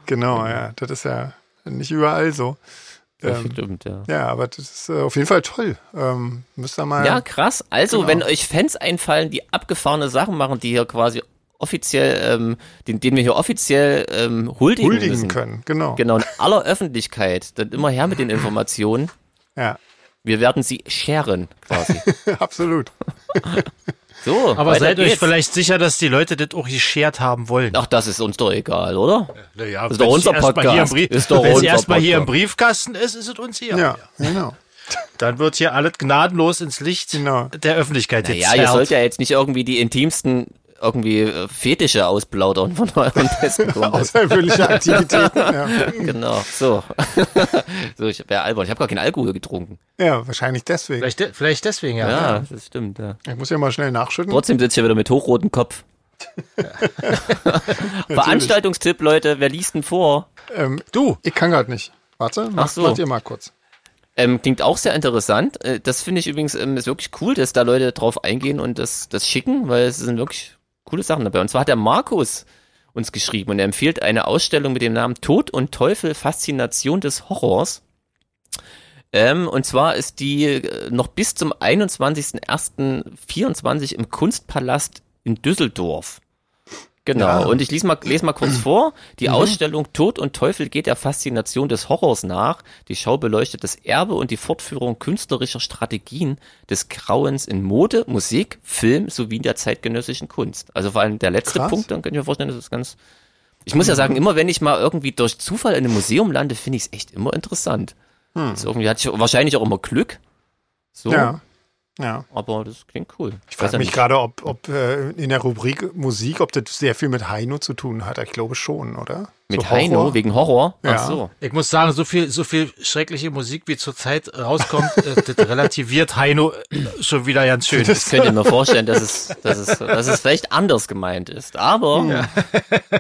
C: genau, ja. Das ist ja nicht überall so. Ähm,
A: Das stimmt, ja.
C: Ja, aber das ist äh, auf jeden Fall toll. Ähm, müsst ihr mal.
A: Ja, krass. Also, wenn euch Fans einfallen, die abgefahrene Sachen machen, die hier quasi offiziell, ähm, den, den wir hier offiziell ähm, huldigen,
C: huldigen
A: müssen.
C: können. Genau.
A: Genau, in aller Öffentlichkeit. Dann immer her mit den Informationen.
C: Ja, (laughs)
A: Wir werden sie sharen, quasi.
C: absolut.
A: So,
B: (laughs) Aber
A: weiter
B: seid euch
A: geht's.
B: vielleicht sicher, dass die Leute das auch geshared haben wollen.
A: Ach, das ist uns doch egal, oder?
B: Naja,
A: Ist doch unser Podcast. Ist doch
B: Wenn sie
A: unser
B: erstmal hier im
A: Podcast.
B: Briefkasten ist, ist es uns hier.
C: Ja, genau.
B: Dann wird hier alles gnadenlos ins Licht
C: Genau.
B: der Öffentlichkeit
A: Ja, ihr
B: gezerrt.
A: sollt ja jetzt nicht irgendwie die intimsten irgendwie äh, Fetische ausplaudern von euren besten Kumpels. (laughs)
C: Außergewöhnliche Aktivitäten. Ja.
A: genau, so. (laughs) so, ich wäre albern. Ich habe gar keinen Alkohol getrunken.
C: ja, wahrscheinlich deswegen.
B: Vielleicht, de- vielleicht deswegen, ja.
A: Ja, das stimmt, ja.
C: Ich muss ja mal schnell nachschütten.
A: Trotzdem sitzt hier wieder mit hochrotem Kopf. Veranstaltungstipp, Leute, wer liest denn vor?
C: Ähm,
B: Du,
C: ich kann gerade nicht. Warte, macht,
A: so.
C: macht ihr mal kurz.
A: Ähm, klingt auch sehr interessant. Äh, das finde ich übrigens ähm, ist wirklich cool, dass da Leute drauf eingehen und das, das schicken, weil es sind wirklich coole Sachen dabei. Und zwar hat der Markus uns geschrieben und er empfiehlt eine Ausstellung mit dem Namen Tod und Teufel, Faszination des Horrors. Ähm, und zwar ist die äh, noch bis zum 21.01.24 im Kunstpalast in Düsseldorf. Genau.
C: Ja.
A: Und ich lese mal, lese mal
C: (clears throat)
A: kurz vor. Die
C: Mhm.
A: Ausstellung Tod und Teufel geht der Faszination des Horrors nach. Die Schau beleuchtet das Erbe und die Fortführung künstlerischer Strategien des Grauens in Mode, Musik, Film sowie in der zeitgenössischen Kunst. Also vor allem der letzte
C: Krass. Mhm.
A: Punkt, dann könnt ihr mir vorstellen, das ist ganz. Ich muss ja sagen, immer wenn ich mal irgendwie durch Zufall in einem Museum lande, finde ich es echt immer interessant. Das irgendwie hatte ich wahrscheinlich auch immer Glück. So,
C: Hm. Ja. Ja.
A: aber das klingt cool.
C: Ich frage mich gerade, ob, ob äh, in der Rubrik Musik, ob das sehr viel mit Heino zu tun hat. Ich glaube schon, oder?
A: mit
C: Horror?
A: Heino wegen Horror.
C: Ja.
A: Ach so.
B: ich muss sagen, so viel, so viel schreckliche Musik, wie zurzeit rauskommt, äh, (laughs) das relativiert Heino äh, schon wieder ganz schön.
A: Das könnt ihr mir vorstellen, dass es, dass es, dass es vielleicht anders gemeint ist. Aber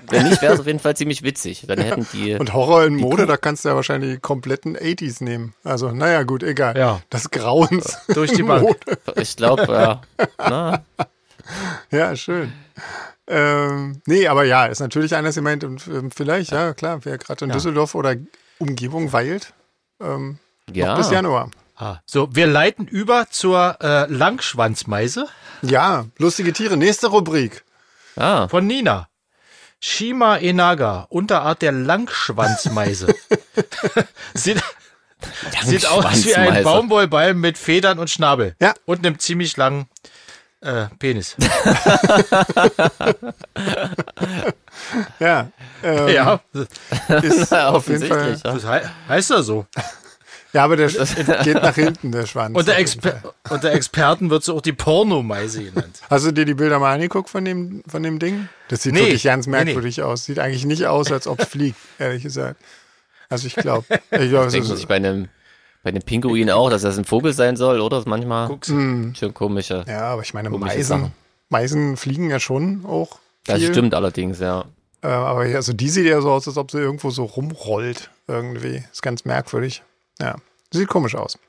A: wenn nicht, wäre es auf jeden Fall ziemlich witzig. Dann hätten die.
C: Und Horror in Mode, da kannst du ja wahrscheinlich die kompletten 80s nehmen. Also, naja, gut, egal.
B: Ja.
C: Das Grauens. (laughs)
B: Durch die
C: in
B: Bank.
C: Mode.
A: ich äh, glaube, ja. Na,
C: Ja, schön. Ähm, nee, aber ja, ist natürlich anders gemeint. Und ähm, vielleicht, ja, klar, wer gerade in Düsseldorf oder Umgebung weilt,
A: ja.
C: bis Januar.
B: Ah, So, wir leiten über zur äh, Langschwanzmeise
C: Ja, lustige Tiere. Nächste Rubrik.
A: Ah,
B: von Nina. Shima Enaga, Unterart der Langschwanzmeise. (laughs) sieht, sieht aus wie ein
A: Langschwanzmeiser.
B: Baumwollball mit Federn und Schnabel.
C: Ja.
B: Und einem ziemlich langen äh, Penis.
C: Ja, ähm,
B: ja, das
C: (laughs) ist auf jeden Fall.
A: Offensichtlich. Ja.
B: das hei- heißt ja so.
C: Ja, aber der Sch- geht nach hinten, der Schwanz.
B: Unter, Exper unter Experten wird so auch die Pornomeise genannt.
C: Hast du dir die Bilder mal angeguckt von dem, von dem Ding? Das sieht
B: Nee,
C: wirklich ganz
B: nee, nee.
C: merkwürdig aus. Sieht eigentlich nicht aus, als ob es fliegt, ehrlich gesagt. Also ich glaube, ich glaube, es
A: Denkt man
C: ist,
A: sich bei einem, bei einem Pinguin auch, dass das ein Vogel sein soll, oder? Das ist manchmal
B: Guck's.
A: schon komischer.
C: ja, aber ich meine,
A: Komische
C: Meisen,
A: Sache.
C: Meisen fliegen ja schon auch.
A: Das
C: viel.
A: stimmt allerdings, ja.
C: Äh, aber hier- also die sieht ja so aus, als ob sie irgendwo so rumrollt irgendwie. Ist ganz merkwürdig. Ja, sieht komisch aus.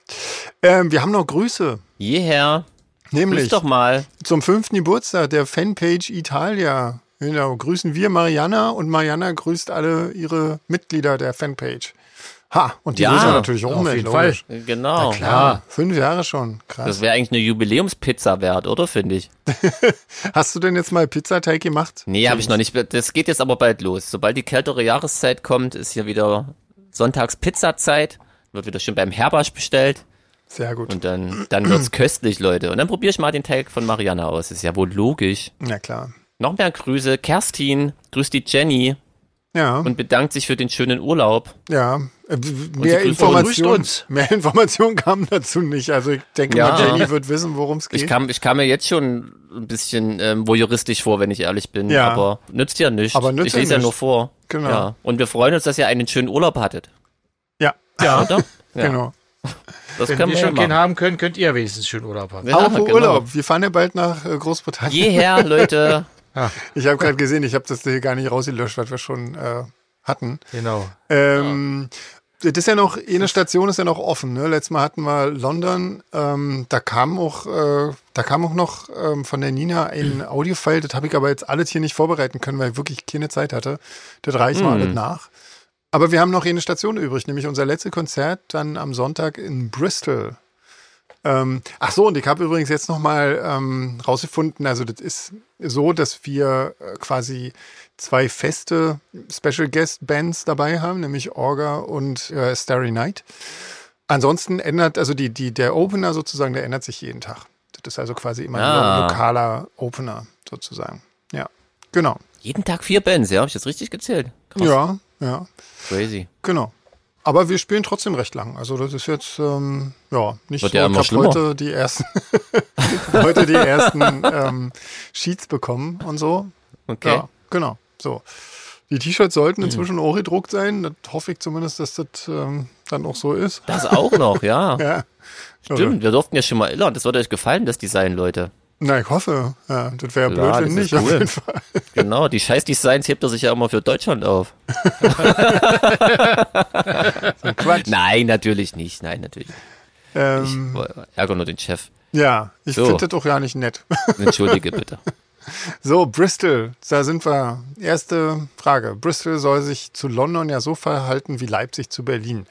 C: Ähm, wir haben noch Grüße,
A: Jeher,
C: nämlich
A: grüß doch mal.
C: zum fünften Geburtstag der Fanpage Italia. Genau, grüßen wir Mariana und Mariana grüßt alle ihre Mitglieder der Fanpage. Ha, und die
A: Ja,
C: grüßen wir natürlich auch
B: auf
C: mit,
B: jeden Fall.
C: logisch.
A: Genau.
C: Klar, fünf Jahre schon, krass.
A: Das wäre eigentlich eine Jubiläumspizza wert, oder finde ich?
C: Hast du denn jetzt mal Pizzateig gemacht?
A: Nee, habe ich noch nicht. Das geht jetzt aber bald los. Sobald die kältere Jahreszeit kommt, ist hier wieder Sonntagspizza-Zeit. Wird wieder schön beim Herbasch bestellt.
C: Sehr gut.
A: Und dann, dann
C: (clears throat)
A: wird's köstlich, Leute. Und dann probiere ich mal den Teig von Mariana aus. Ist ja wohl logisch.
C: Na klar.
A: Noch mehr Grüße. Kerstin grüßt die Jenny
C: Ja.
A: und bedankt sich für den schönen Urlaub.
C: Ja, äh, mehr
A: grüßt
C: Informationen,
B: uns.
C: mehr Informationen kamen dazu nicht. Also ich denke
A: Ja.
C: mal, Jenny wird wissen, worum es geht.
A: Ich kam, ich kam mir jetzt schon ein bisschen ähm, voyeuristisch vor, wenn ich ehrlich bin.
C: Ja.
A: Aber nützt ja nichts.
C: Aber nützt
A: ich
C: ja
A: lese ja
C: nichts.
A: nur vor.
C: Genau.
A: Ja. Und wir freuen uns, dass ihr einen schönen Urlaub hattet.
C: ja,
A: Ja,
C: (laughs)
A: oder? Ja,
C: genau.
A: Das
B: Wenn
A: können
B: wir
A: wir ja
B: schon keinen
A: machen.
B: haben können, könnt ihr wenigstens schön Urlaub haben.
A: Ja,
C: Apropos
A: genau.
C: Urlaub, wir fahren ja bald nach äh, Großbritannien.
A: Jeher, Leute.
C: Ich habe gerade gesehen, ich habe das hier gar nicht rausgelöscht, was wir schon äh, hatten.
B: Genau.
C: Ähm, Das ist ja noch, eine Station ist ja noch offen. Ne? Letztes Mal hatten wir London, ähm, da kam auch, äh, da kam auch noch ähm, von der Nina ein Audiofile, das habe ich aber jetzt alles hier nicht vorbereiten können, weil ich wirklich keine Zeit hatte. Das reichen wir alles nach. Aber wir haben noch eine Station übrig, nämlich unser letztes Konzert dann am Sonntag in Bristol. Ähm, ach so, und ich habe übrigens jetzt nochmal ähm, rausgefunden, also das ist so, dass wir äh, quasi zwei feste Special Guest Bands dabei haben, nämlich Orga und äh, Starry Night. Ansonsten ändert, also die, die, der Opener sozusagen, der ändert sich jeden Tag. Das ist also quasi immer ein
A: Ah.
C: lo- lokaler Opener sozusagen. Ja, genau.
A: Jeden Tag vier Bands, ja? Habe ich jetzt richtig gezählt? Krass.
C: Ja, ja.
A: Crazy.
C: Genau. Aber wir spielen trotzdem recht lang. Also das ist jetzt ähm, ja nicht
A: Wird
C: so.
A: ja
C: ich
A: immer
C: hab
A: schlimmer.
C: heute die ersten, (laughs) heute die ersten ähm, Sheets bekommen und so.
A: Okay. Mhm.
C: Ja, genau. So. Die T-Shirts sollten inzwischen auch gedruckt sein. Das hoffe ich zumindest, dass das ähm, dann auch so ist.
A: Das auch noch,
B: (laughs)
A: ja.
C: Ja.
A: Stimmt, wir durften ja schon mal illern. Das wird euch gefallen, das Design, Leute.
C: Na, ich hoffe. Ja, das wäre blöd,
A: Klar,
C: wenn
A: das
C: nicht.
A: ist
C: Auf
A: cool.
C: jeden Fall.
A: Genau, die scheiß Designs hebt er sich ja immer für Deutschland
B: (laughs)
A: auf.
C: Quatsch.
A: Nein, natürlich nicht. Nein, natürlich. nicht. Ich
C: Ähm,
A: äh, ärgere nur den Chef.
C: ja, ich
A: So.
C: finde das doch ja nicht nett.
A: Entschuldige bitte.
C: So, Bristol, da sind wir. Erste Frage. Bristol soll sich zu London ja so verhalten wie Leipzig zu Berlin.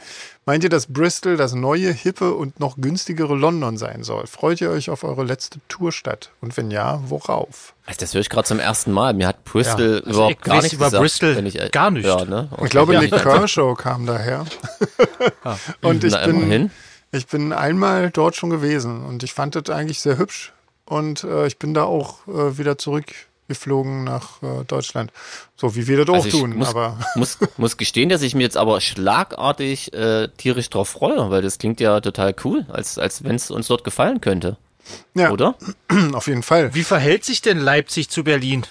C: Meint ihr, dass Bristol das neue, hippe und noch günstigere London sein soll? Freut ihr euch auf eure letzte Tourstadt? Und wenn ja, worauf?
A: Also das höre ich gerade zum ersten Mal. Mir hat Bristol
B: Ja, also
A: überhaupt
B: ich
A: gar
B: weiß
A: nichts
B: über
A: gesagt.
B: Bristol
A: wenn ich, äh,
B: gar nicht.
A: Ja, ne?
C: Ich glaube,
A: Ja, Ah.
C: Nick Kershaw kam daher. (laughs) Und ich
A: Na,
C: bin,
A: immerhin.
C: ich bin einmal dort schon gewesen und ich fand das eigentlich sehr hübsch. Und äh, ich bin da auch äh, wieder zurückgeflogen nach äh, Deutschland. So wie wir das
A: Also
C: auch
A: ich
C: tun.
A: muss,
C: aber
A: (laughs) muss, muss gestehen, dass ich mir jetzt aber schlagartig äh, tierisch drauf freue, weil das klingt ja total cool, als, als wenn es uns dort gefallen könnte,
C: ja,
A: oder?
C: (laughs) auf jeden Fall.
B: Wie verhält sich denn Leipzig zu Berlin?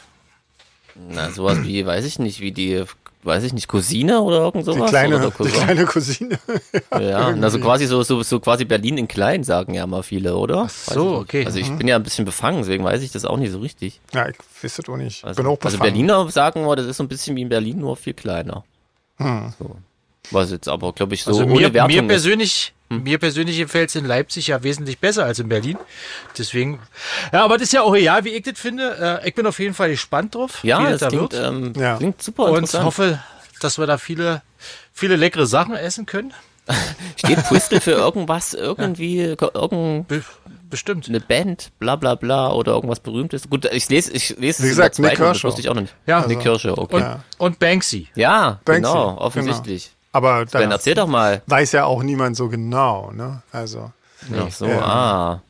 A: Na, sowas wie, weiß ich nicht, wie die, weiß ich nicht, Cousine oder irgend
C: Die
A: sowas? oder
C: kleine, die
A: Cousin?
C: kleine Cousine. (laughs)
A: ja, na, so quasi so, so, so quasi Berlin in klein, sagen ja mal viele, oder? Ach
B: so, okay.
A: Also
C: Mhm.
A: ich bin ja ein bisschen befangen, deswegen weiß ich das auch nicht so richtig.
C: ja, ich weiß das auch nicht.
A: Also,
C: bin auch
A: also
C: befangen.
A: Berliner sagen wir, das ist so ein bisschen wie in Berlin, nur viel kleiner.
C: Hm.
A: So. Was jetzt aber, glaube ich, so
B: Also
A: ohne
B: mir,
A: Wertung
B: mir
A: ist. Hm.
B: persönlich, mir persönlich gefällt es in Leipzig ja wesentlich besser als in Berlin. Deswegen, ja, aber das ist ja auch egal, wie ich das finde. Äh, ich bin auf jeden Fall gespannt drauf, wie
A: Ja, das
B: das da
A: klingt,
B: wird.
A: ähm,
C: Ja.
A: klingt super
B: und
A: interessant.
B: hoffe, dass wir da viele, viele leckere Sachen essen können.
A: Steht Bristol für
B: (laughs)
A: irgendwas, irgendwie, ko- irgendeine
B: Be bestimmt.
A: Band, bla bla bla oder irgendwas Berühmtes? Gut, ich lese, ich lese
C: Wie
A: es in der
C: gesagt, Nick
A: zweiten, das
C: Kershaw.
A: wusste ich auch noch nicht.
B: Ja.
A: Nick Kirsche, okay.
B: Und, und Banksy.
A: Ja,
C: Banksy, Genau.
A: genau, offensichtlich.
C: Aber
A: Dann
C: dann
A: erzähl doch mal.
C: weiß ja auch niemand so genau. Ne? Also,
A: Ach so,
C: Ähm,
A: ah.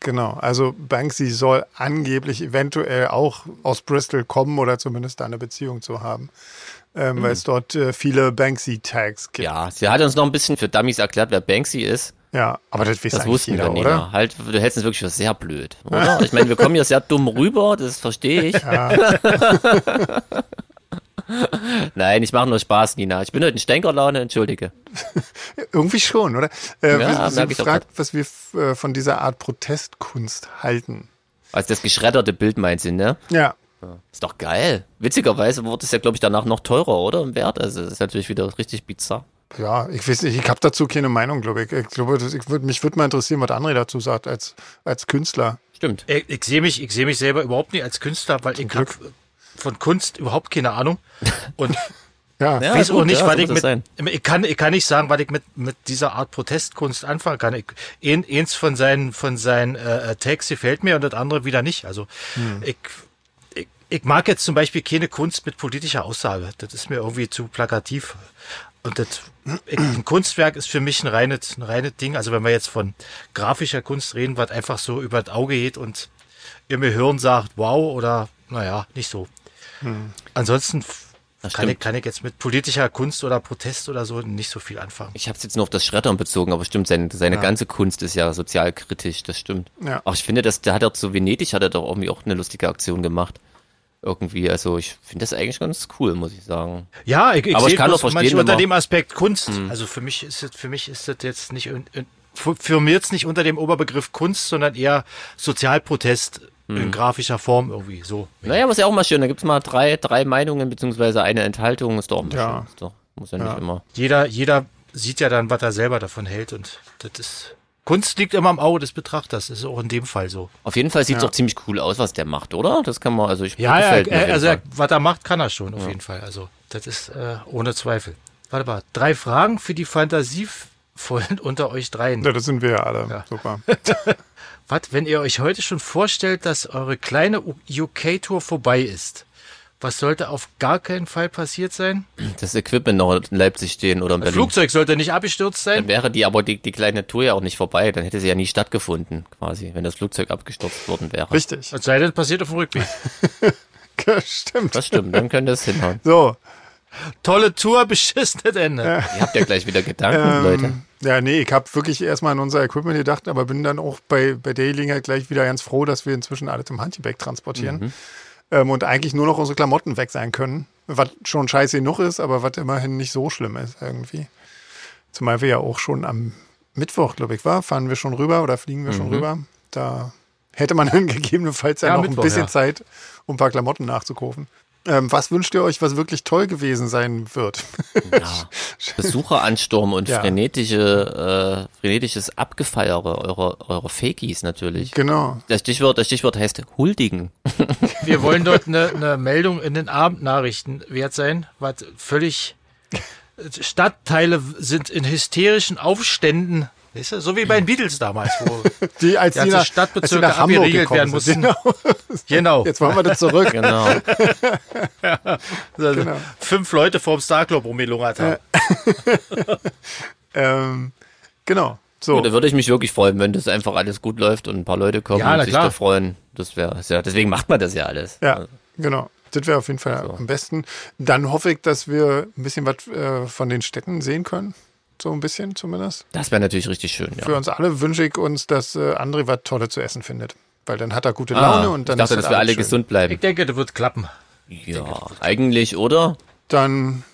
C: genau. Also Banksy soll angeblich eventuell auch aus Bristol kommen oder zumindest da eine Beziehung zu haben. Ähm, Weil es dort äh, viele Banksy-Tags
A: Mhm.
C: gibt.
A: Ja, sie hat uns noch ein bisschen für Dummies erklärt, wer Banksy ist.
C: Ja, aber das weiß
A: Das
C: eigentlich
A: wussten
C: jeder,
A: wir nicht.
C: oder?
A: Oder? Halt, du hältst es wirklich für sehr blöd, oder? Ich meine, wir kommen hier sehr dumm rüber, das verstehe ich. (laughs) Nein, ich mache nur Spaß, Nina. Ich bin heute in Stänkerlaune, entschuldige.
C: Irgendwie schon, oder? Äh,
A: Ja,
C: wir sind
A: merk ich auch
C: gefragt, was wir f- äh, von dieser Art Protestkunst halten.
A: Also das geschredderte Bild meinst du, ne?
C: Ja.
A: Ja. Ist doch geil. Witzigerweise wurde es ja, glaube ich, danach noch teurer, oder? Im Wert. Also das ist natürlich wieder richtig bizarr.
C: Ja, ich weiß nicht, ich habe dazu keine Meinung, glaube ich. Ich glaube, das- ich würd, mich würde mal interessieren, was André dazu sagt als, als Künstler.
A: Stimmt.
B: Ich, ich sehe mich, ich sehe mich selber überhaupt nicht als Künstler, weil ich hab von Kunst überhaupt keine Ahnung.
A: (laughs)
B: Und
C: Ja,
A: Ja.
C: ja,
B: weiß
A: gut,
B: auch nicht,
A: ja,
B: was
A: so
B: ich
A: muss
B: mit,
A: das
B: ich kann, ich kann nicht sagen, was ich mit, mit dieser Art Protestkunst anfangen kann. Ich, ein, eins von seinen, von seinen äh, äh, Tags gefällt mir und das andere wieder nicht. Also,
A: Hm.
B: ich, ich, ich mag jetzt zum Beispiel keine Kunst mit politischer Aussage. Das ist mir irgendwie zu plakativ. Und das, ich, ein Kunstwerk ist für mich ein reines, ein reines Ding. Also wenn wir jetzt von grafischer Kunst reden, was einfach so über das Auge geht und im Gehirn sagt, wow, oder naja, nicht so. Hm. Ansonsten f-
A: Das
B: kann ich,
A: stimmt.
B: kann ich jetzt mit politischer Kunst oder Protest oder so nicht so viel anfangen.
A: Ich habe es jetzt nur auf das Schreddern bezogen, aber stimmt, seine, seine ganze Kunst ist ja sozialkritisch, das stimmt.
C: Ja.
A: Ach, ich finde, dass der hat er zu Venedig hat er doch irgendwie auch eine lustige Aktion gemacht. Irgendwie, also ich finde das eigentlich ganz cool, muss ich sagen.
B: Ja, ich, ich
A: Aber ich
B: sehe
A: kann
B: bloß
A: auch verstehen,
B: manchmal
A: wenn
B: unter
A: man- Hm.
B: dem Aspekt Kunst. Also für mich ist das, für mich ist das jetzt nicht in- in- für- für mir jetzt nicht unter dem Oberbegriff Kunst, sondern eher Sozialprotest
A: Hm.
B: in grafischer Form irgendwie so.
A: Naja, aber ist ja auch mal schön. Da gibt's mal drei, drei Meinungen beziehungsweise eine Enthaltung. Ist doch auch mal
C: Ja.
A: schön. Ist doch, muss ja nicht immer.
B: Jeder jeder sieht ja dann, was er selber davon hält und das ist Kunst liegt immer am Auge des Betrachters. Ist auch in dem Fall so.
A: Auf jeden Fall sieht's doch ziemlich cool aus, was der macht, oder? Das kann man, also ich
B: Ja, ja
A: gefällt mir. auf
B: er,
A: jeden
B: also
A: Fall.
B: er, was er macht, kann er schon auf jeden Fall. Also das ist äh, ohne Zweifel. Warte mal, drei Fragen für die Fantasievollen (laughs) unter euch dreien.
A: Ne.
C: das sind wir ja alle. Super.
B: Was, wenn ihr euch heute schon vorstellt, dass eure kleine UK-Tour vorbei ist? Was sollte auf gar keinen Fall passiert sein?
A: das Equipment noch in Leipzig stehen oder in Berlin.
B: Flugzeug sollte nicht abgestürzt
A: Dann
B: sein.
A: wäre die aber die, die kleine Tour ja auch nicht vorbei. Dann hätte sie ja nie stattgefunden, quasi, wenn das Flugzeug abgestürzt worden wäre.
C: Richtig.
B: Es sei denn, passiert auf dem Rückweg.
C: (laughs) Stimmt.
A: Das stimmt, dann könnte es hinhauen.
C: So.
B: Tolle Tour, (laughs) beschissenes Ende.
A: Ihr habt ja gleich wieder Gedanken, Leute.
C: Ähm, (laughs) Ja, nee, ich habe wirklich erstmal an unser Equipment gedacht, aber bin dann auch bei, bei der Gelegenheit gleich wieder ganz froh, dass wir inzwischen alles im Handgepäck transportieren ähm, und eigentlich nur noch unsere Klamotten weg sein können, was schon scheiße genug ist, aber was immerhin nicht so schlimm ist irgendwie. Zumal wir ja auch schon am Mittwoch, glaube ich, war, fahren wir schon rüber oder fliegen wir schon rüber. Da hätte man (laughs) dann gegebenenfalls ja,
B: Ja,
C: noch
B: Mittwoch,
C: ein bisschen
B: ja.
C: Zeit, um ein paar Klamotten nachzukaufen. Ähm, was wünscht ihr euch, was wirklich toll gewesen sein wird? (laughs)
A: Ja. Besucheransturm und
C: Ja.
A: frenetische, äh, frenetisches Abgefeiere eurer, eurer Fakies natürlich.
C: genau.
A: Das Stichwort, das Stichwort heißt huldigen.
B: Wir wollen dort eine, eine Meldung in den Abendnachrichten wert sein, was völlig Stadtteile sind in hysterischen Aufständen. Weißt du, so wie bei den Beatles damals,
C: (laughs)
B: wo
C: Die, als
B: Ja, als die
C: die nach, als die
B: Stadtbezirke
C: nach Hamburg
B: abgeriegelt
C: gekommen
B: werden
C: sind. (laughs)
B: mussten. Genau.
C: Jetzt wollen wir
A: (laughs)
C: das zurück.
A: Genau.
B: Also
C: genau.
B: Fünf Leute vorm Star Club rumgelungert haben.
C: ähm, genau. So.
A: Und da würde ich mich wirklich freuen, wenn das einfach alles gut läuft und ein paar Leute kommen
B: Ja,
A: und
B: na
A: sich
B: klar.
A: da freuen. Das wäre ja, deswegen macht man das ja alles.
C: Ja, genau. Das wäre auf jeden Fall am besten. Dann hoffe ich, dass wir ein bisschen was äh, von den Städten sehen können. So ein bisschen zumindest.
A: Das wäre natürlich richtig schön, ja.
C: Für uns alle wünsche ich uns, dass äh, André was Tolles zu essen findet. Weil dann hat er gute
A: Ah,
C: Laune und dann
A: ich dachte,
C: ist
A: dass wir alle
C: alles schön.
A: gesund bleiben.
B: Ich denke, das wird klappen.
A: Ja, eigentlich, oder?
C: Dann,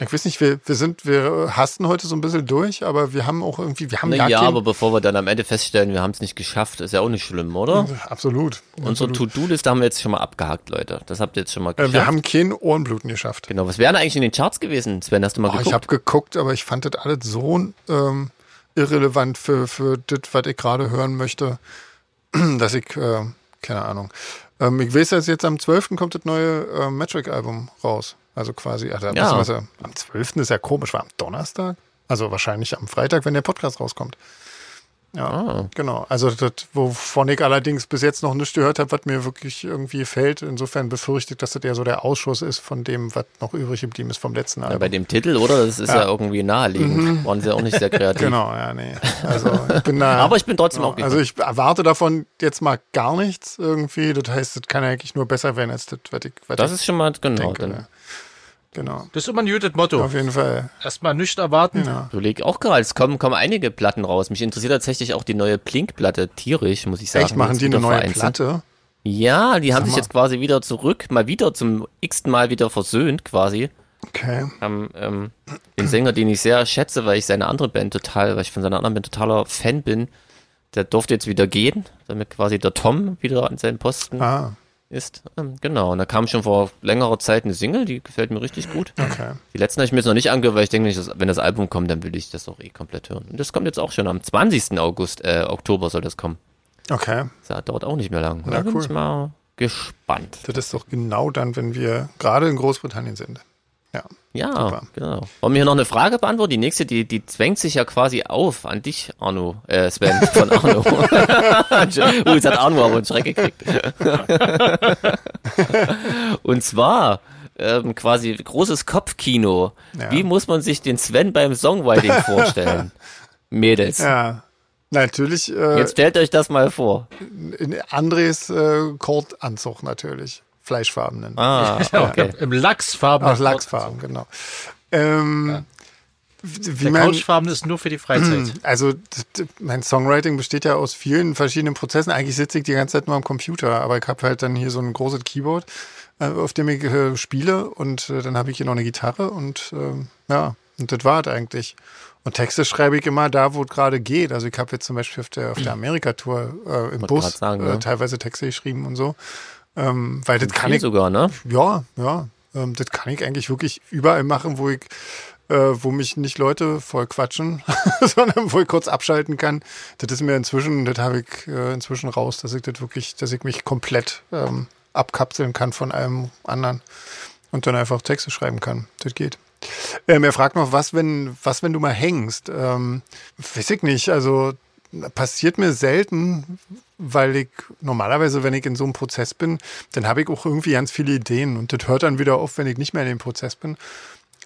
C: ich weiß nicht, wir, wir sind, wir hasten heute so ein bisschen durch, aber wir haben auch irgendwie, wir haben
A: Na,
C: gar
A: ja,
C: keinen-
A: aber bevor wir dann am Ende feststellen, wir haben es nicht geschafft, ist ja auch nicht schlimm, oder?
C: absolut.
A: Unsere To-Do-Liste haben wir jetzt schon mal abgehakt, Leute. Das habt ihr jetzt schon mal
C: Äh,
A: geschafft.
C: wir haben kein Ohrenbluten geschafft.
A: genau, was wären eigentlich in den Charts gewesen, Sven? Hast du mal
C: Oh, ich
A: geguckt?
C: habe geguckt, aber ich fand das alles so ähm, irrelevant für, für das, was ich gerade hören möchte, (clears throat) dass ich, äh, keine Ahnung. Ähm, ich weiß, dass jetzt am 12. kommt das neue äh, Metric-Album raus. Also quasi, also,
A: Ja.
C: beziehungsweise am 12. ist ja komisch, war am Donnerstag? Also wahrscheinlich am Freitag, wenn der Podcast rauskommt. Ja,
A: Ah.
C: genau. Also das, wovon ich allerdings bis jetzt noch nichts gehört habe, was mir wirklich irgendwie fällt. Insofern befürchte ich, dass das eher so der Ausschuss ist von dem, was noch übrig geblieben ist vom letzten Album.
A: Bei dem Titel, oder? Das ist ja, irgendwie naheliegend. Waren sie ja auch nicht sehr kreativ.
C: Mhm. (laughs) Genau, ja, nee. Also ich bin da.
A: (laughs) Aber ich bin trotzdem auch
C: also ich erwarte davon jetzt mal gar nichts irgendwie. Das heißt, das kann eigentlich nur besser werden als das, was ich, was
A: Das
C: ich
A: ist schon mal, genau.
C: denke.
A: Dann
C: ne? Genau.
B: Das ist immer ein gutes Motto.
C: Auf jeden Fall.
B: Erstmal nichts erwarten.
C: Ja.
A: überleg auch gerade, es kommen, kommen einige Platten raus. Mich interessiert tatsächlich auch die neue Plink-Platte tierisch, muss ich sagen.
C: Echt, machen
A: Jetzt
C: die eine
A: wieder
C: neue
A: vereinzelt.
C: Platte?
A: Ja, die haben sich
C: mal.
A: jetzt quasi wieder zurück, mal wieder zum x-ten Mal wieder versöhnt quasi.
C: Okay.
A: Haben ähm, den Sänger, den ich sehr schätze, weil ich seine andere Band total, weil ich von seiner anderen Band totaler Fan bin, der durfte jetzt wieder gehen, damit quasi der Tom wieder an seinen Posten
C: Ah,
A: ist. Ähm, genau, und da kam schon vor längerer Zeit eine Single, die gefällt mir richtig gut.
C: Okay.
A: Die letzten habe ich mir jetzt noch nicht angehört, weil ich denke, nicht, dass, wenn das Album kommt, dann will ich das auch eh komplett hören. Und das kommt jetzt auch schon am 20. August, äh, Oktober soll das kommen.
C: Okay.
A: Das dauert auch nicht mehr lang.
C: Na,
A: da bin
C: cool.
A: ich mal gespannt.
C: Das ist doch genau dann, wenn wir gerade in Großbritannien sind. Ja.
A: Ja,
C: Super.
A: genau. Wollen wir hier noch eine Frage beantworten? Die nächste, die, die zwängt sich ja quasi auf an dich, Arno, äh,
C: (laughs)
A: Sven, von Arno. (laughs) uh, jetzt hat Arno aber einen Schreck
C: (laughs)
A: gekriegt. Und zwar, ähm, quasi großes Kopfkino.
C: Ja.
A: Wie muss man sich den Sven beim
C: (laughs)
A: Songwriting vorstellen? Mädels.
C: Ja. Natürlich äh,
A: Jetzt stellt euch das mal vor.
C: in Andres äh, Kortanzug natürlich. Fleischfarbenen.
A: Ah, okay.
B: (laughs) Im Lachsfarben.
C: Ach, Lachsfarben, genau. Ähm, Wie
B: Der
C: man,
B: Couchfarben ist nur für die
C: (clears throat)
B: Freizeit.
C: also d- d- mein Songwriting besteht ja aus vielen verschiedenen Prozessen. Eigentlich sitze ich die ganze Zeit nur am Computer, aber ich habe halt dann hier so ein großes Keyboard, äh, auf dem ich äh, spiele und äh, dann habe ich hier noch eine Gitarre und ähm, ja, und das war es eigentlich. Und Texte schreibe ich immer da, wo es gerade geht. Also ich habe jetzt zum Beispiel auf der, auf
A: (clears throat)
C: der Amerika-Tour äh, im
A: grad
C: Bus
A: sagen,
C: äh,
A: ne?
C: teilweise Texte geschrieben und so. Ähm, weil das kann
A: Viel
C: ich
A: sogar, ne?
C: ja, ja. Ähm, das kann ich eigentlich wirklich überall machen, wo ich, äh, wo mich nicht Leute voll quatschen, (laughs) sondern wo ich kurz abschalten kann. Das ist mir inzwischen, das habe ich äh, inzwischen raus, dass ich das wirklich, dass ich mich komplett ähm, abkapseln kann von allem anderen und dann einfach Texte schreiben kann. Das geht. Ähm, er fragt noch, was, wenn, was, wenn du mal hängst? Ähm, weiß ich nicht. Also passiert mir selten, weil ich normalerweise, wenn ich in so einem Prozess bin, dann habe ich auch irgendwie ganz viele Ideen und das hört dann wieder auf, wenn ich nicht mehr in dem Prozess bin.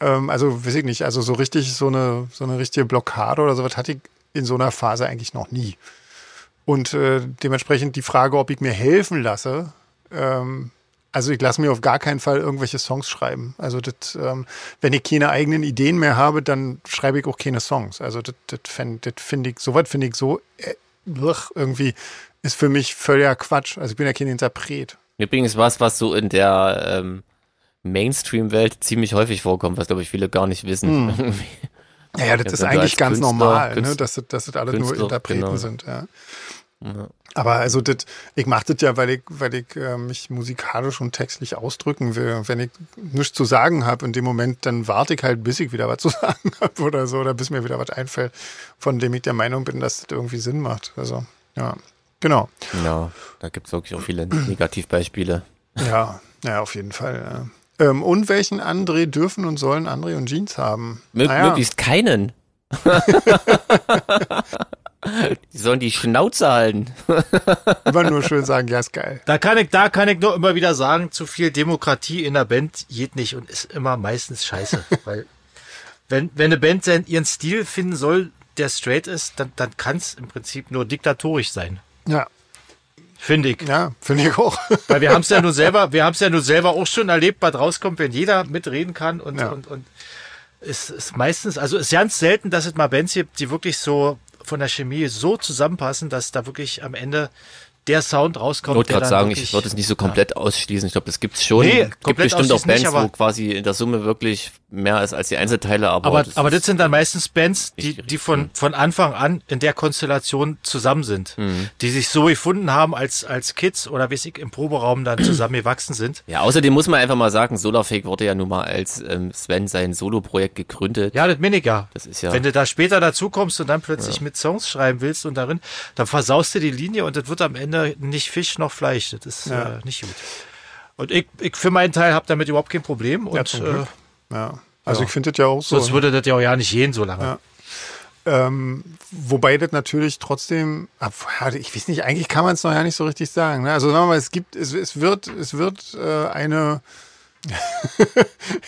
C: Ähm, also weiß ich nicht, also so richtig so eine, so eine richtige Blockade oder sowas hatte ich in so einer Phase eigentlich noch nie. Und äh, dementsprechend die Frage, ob ich mir helfen lasse, ähm, also ich lasse mir auf gar keinen Fall irgendwelche Songs schreiben. Also das, ähm, wenn ich keine eigenen Ideen mehr habe, dann schreibe ich auch keine Songs. Also das, das, fänd- das finde ich, sowas finde ich so äh, blech, irgendwie ist für mich völliger Quatsch. Also ich bin ja kein Interpret.
A: Übrigens was, was so in der ähm, Mainstream-Welt ziemlich häufig vorkommt, was glaube ich viele gar nicht wissen.
C: Hm.
A: (laughs)
C: Ja, ja, das
A: Ja, wenn
C: ist
A: du
C: eigentlich
A: als
C: ganz
A: Künstler-
C: normal, ne?
A: Künst-
C: dass, das- dass das alles
A: Künstler,
C: nur Interpreten
A: genau.
C: sind. Ja. Aber also das, ich mache das ja, weil ich, weil ich äh, mich musikalisch und textlich ausdrücken will. Und Wenn ich nichts zu sagen habe in dem Moment, dann warte ich halt, bis ich wieder was zu (laughs) sagen habe oder so, oder bis mir wieder was einfällt, von dem ich der Meinung bin, dass das irgendwie Sinn macht. Also, ja, genau.
A: Genau, da gibt es wirklich auch viele Negativbeispiele.
C: Ja, ja, auf jeden Fall. Ja. Ähm, und welchen André dürfen und sollen André und Jeans haben?
A: Mö
B: Ah
C: Naja.
A: Möglichst
B: (laughs)
A: keinen. die sollen die Schnauze halten.
C: (laughs) Immer nur schön sagen, ja, ist geil.
B: Da kann ich, da kann ich nur immer wieder sagen, zu viel Demokratie in der Band geht nicht und ist immer meistens scheiße. Weil, wenn, wenn eine Band seinen, ihren Stil finden soll, der straight ist, dann, dann kann es im Prinzip nur diktatorisch sein.
C: Ja,
B: Finde ich.
C: ja, finde ich auch. (laughs)
B: Weil wir haben es ja nun selber, wir haben es ja nun selber auch schon erlebt, was rauskommt, wenn jeder mitreden kann und,
C: Ja.
B: und, und es ist meistens, also es ist ganz selten, dass es mal Bands gibt, die wirklich so von der Chemie so zusammenpassen, dass da wirklich am Ende der Sound
A: Ich
B: rauskommt.
A: wollte
B: der
A: gerade
B: dann
A: sagen,
B: wirklich-
A: ich würde es nicht so komplett ausschließen. Ich glaube, das gibt's schon.
B: Nee,
A: gibt
B: komplett
A: bestimmt auch
B: ausschließen nicht,
A: Bands, wo
B: aber-
A: quasi in der Summe wirklich mehr ist als die Einzelteile. Aber,
B: Aber,
A: das
B: aber
A: ist-
B: das sind dann meistens Bands, die,
A: Nicht-
B: die von, von Anfang an in der Konstellation zusammen sind,
A: Mhm.
B: die sich so gefunden haben als, als Kids oder wie ich im Proberaum dann zusammengewachsen sind.
A: ja, außerdem muss man einfach mal sagen, Solarfake wurde ja nun mal als ähm, Sven sein Solo-Projekt gegründet.
B: Ja, das meine ich ja.
A: Das ist ja-
B: Wenn du da später dazu kommst und dann plötzlich mit Songs schreiben willst und darin, dann versaust du die Linie und das wird am Ende nicht Fisch noch Fleisch. Das ist
C: Ja.
B: äh, nicht gut. Und ich, ich für meinen Teil habe damit überhaupt kein Problem und
C: Ja, zum
B: äh,
C: Glück. Ja. Also ich finde das ja auch so.
B: sonst würde das ja auch ja nicht gehen so lange.
C: Ja. Ähm, wobei das natürlich trotzdem, ab- ja, ich weiß nicht, eigentlich kann man es noch ja nicht so richtig sagen. Ne? Also sagen wir mal, es gibt, es, es wird, es wird äh, eine, (laughs)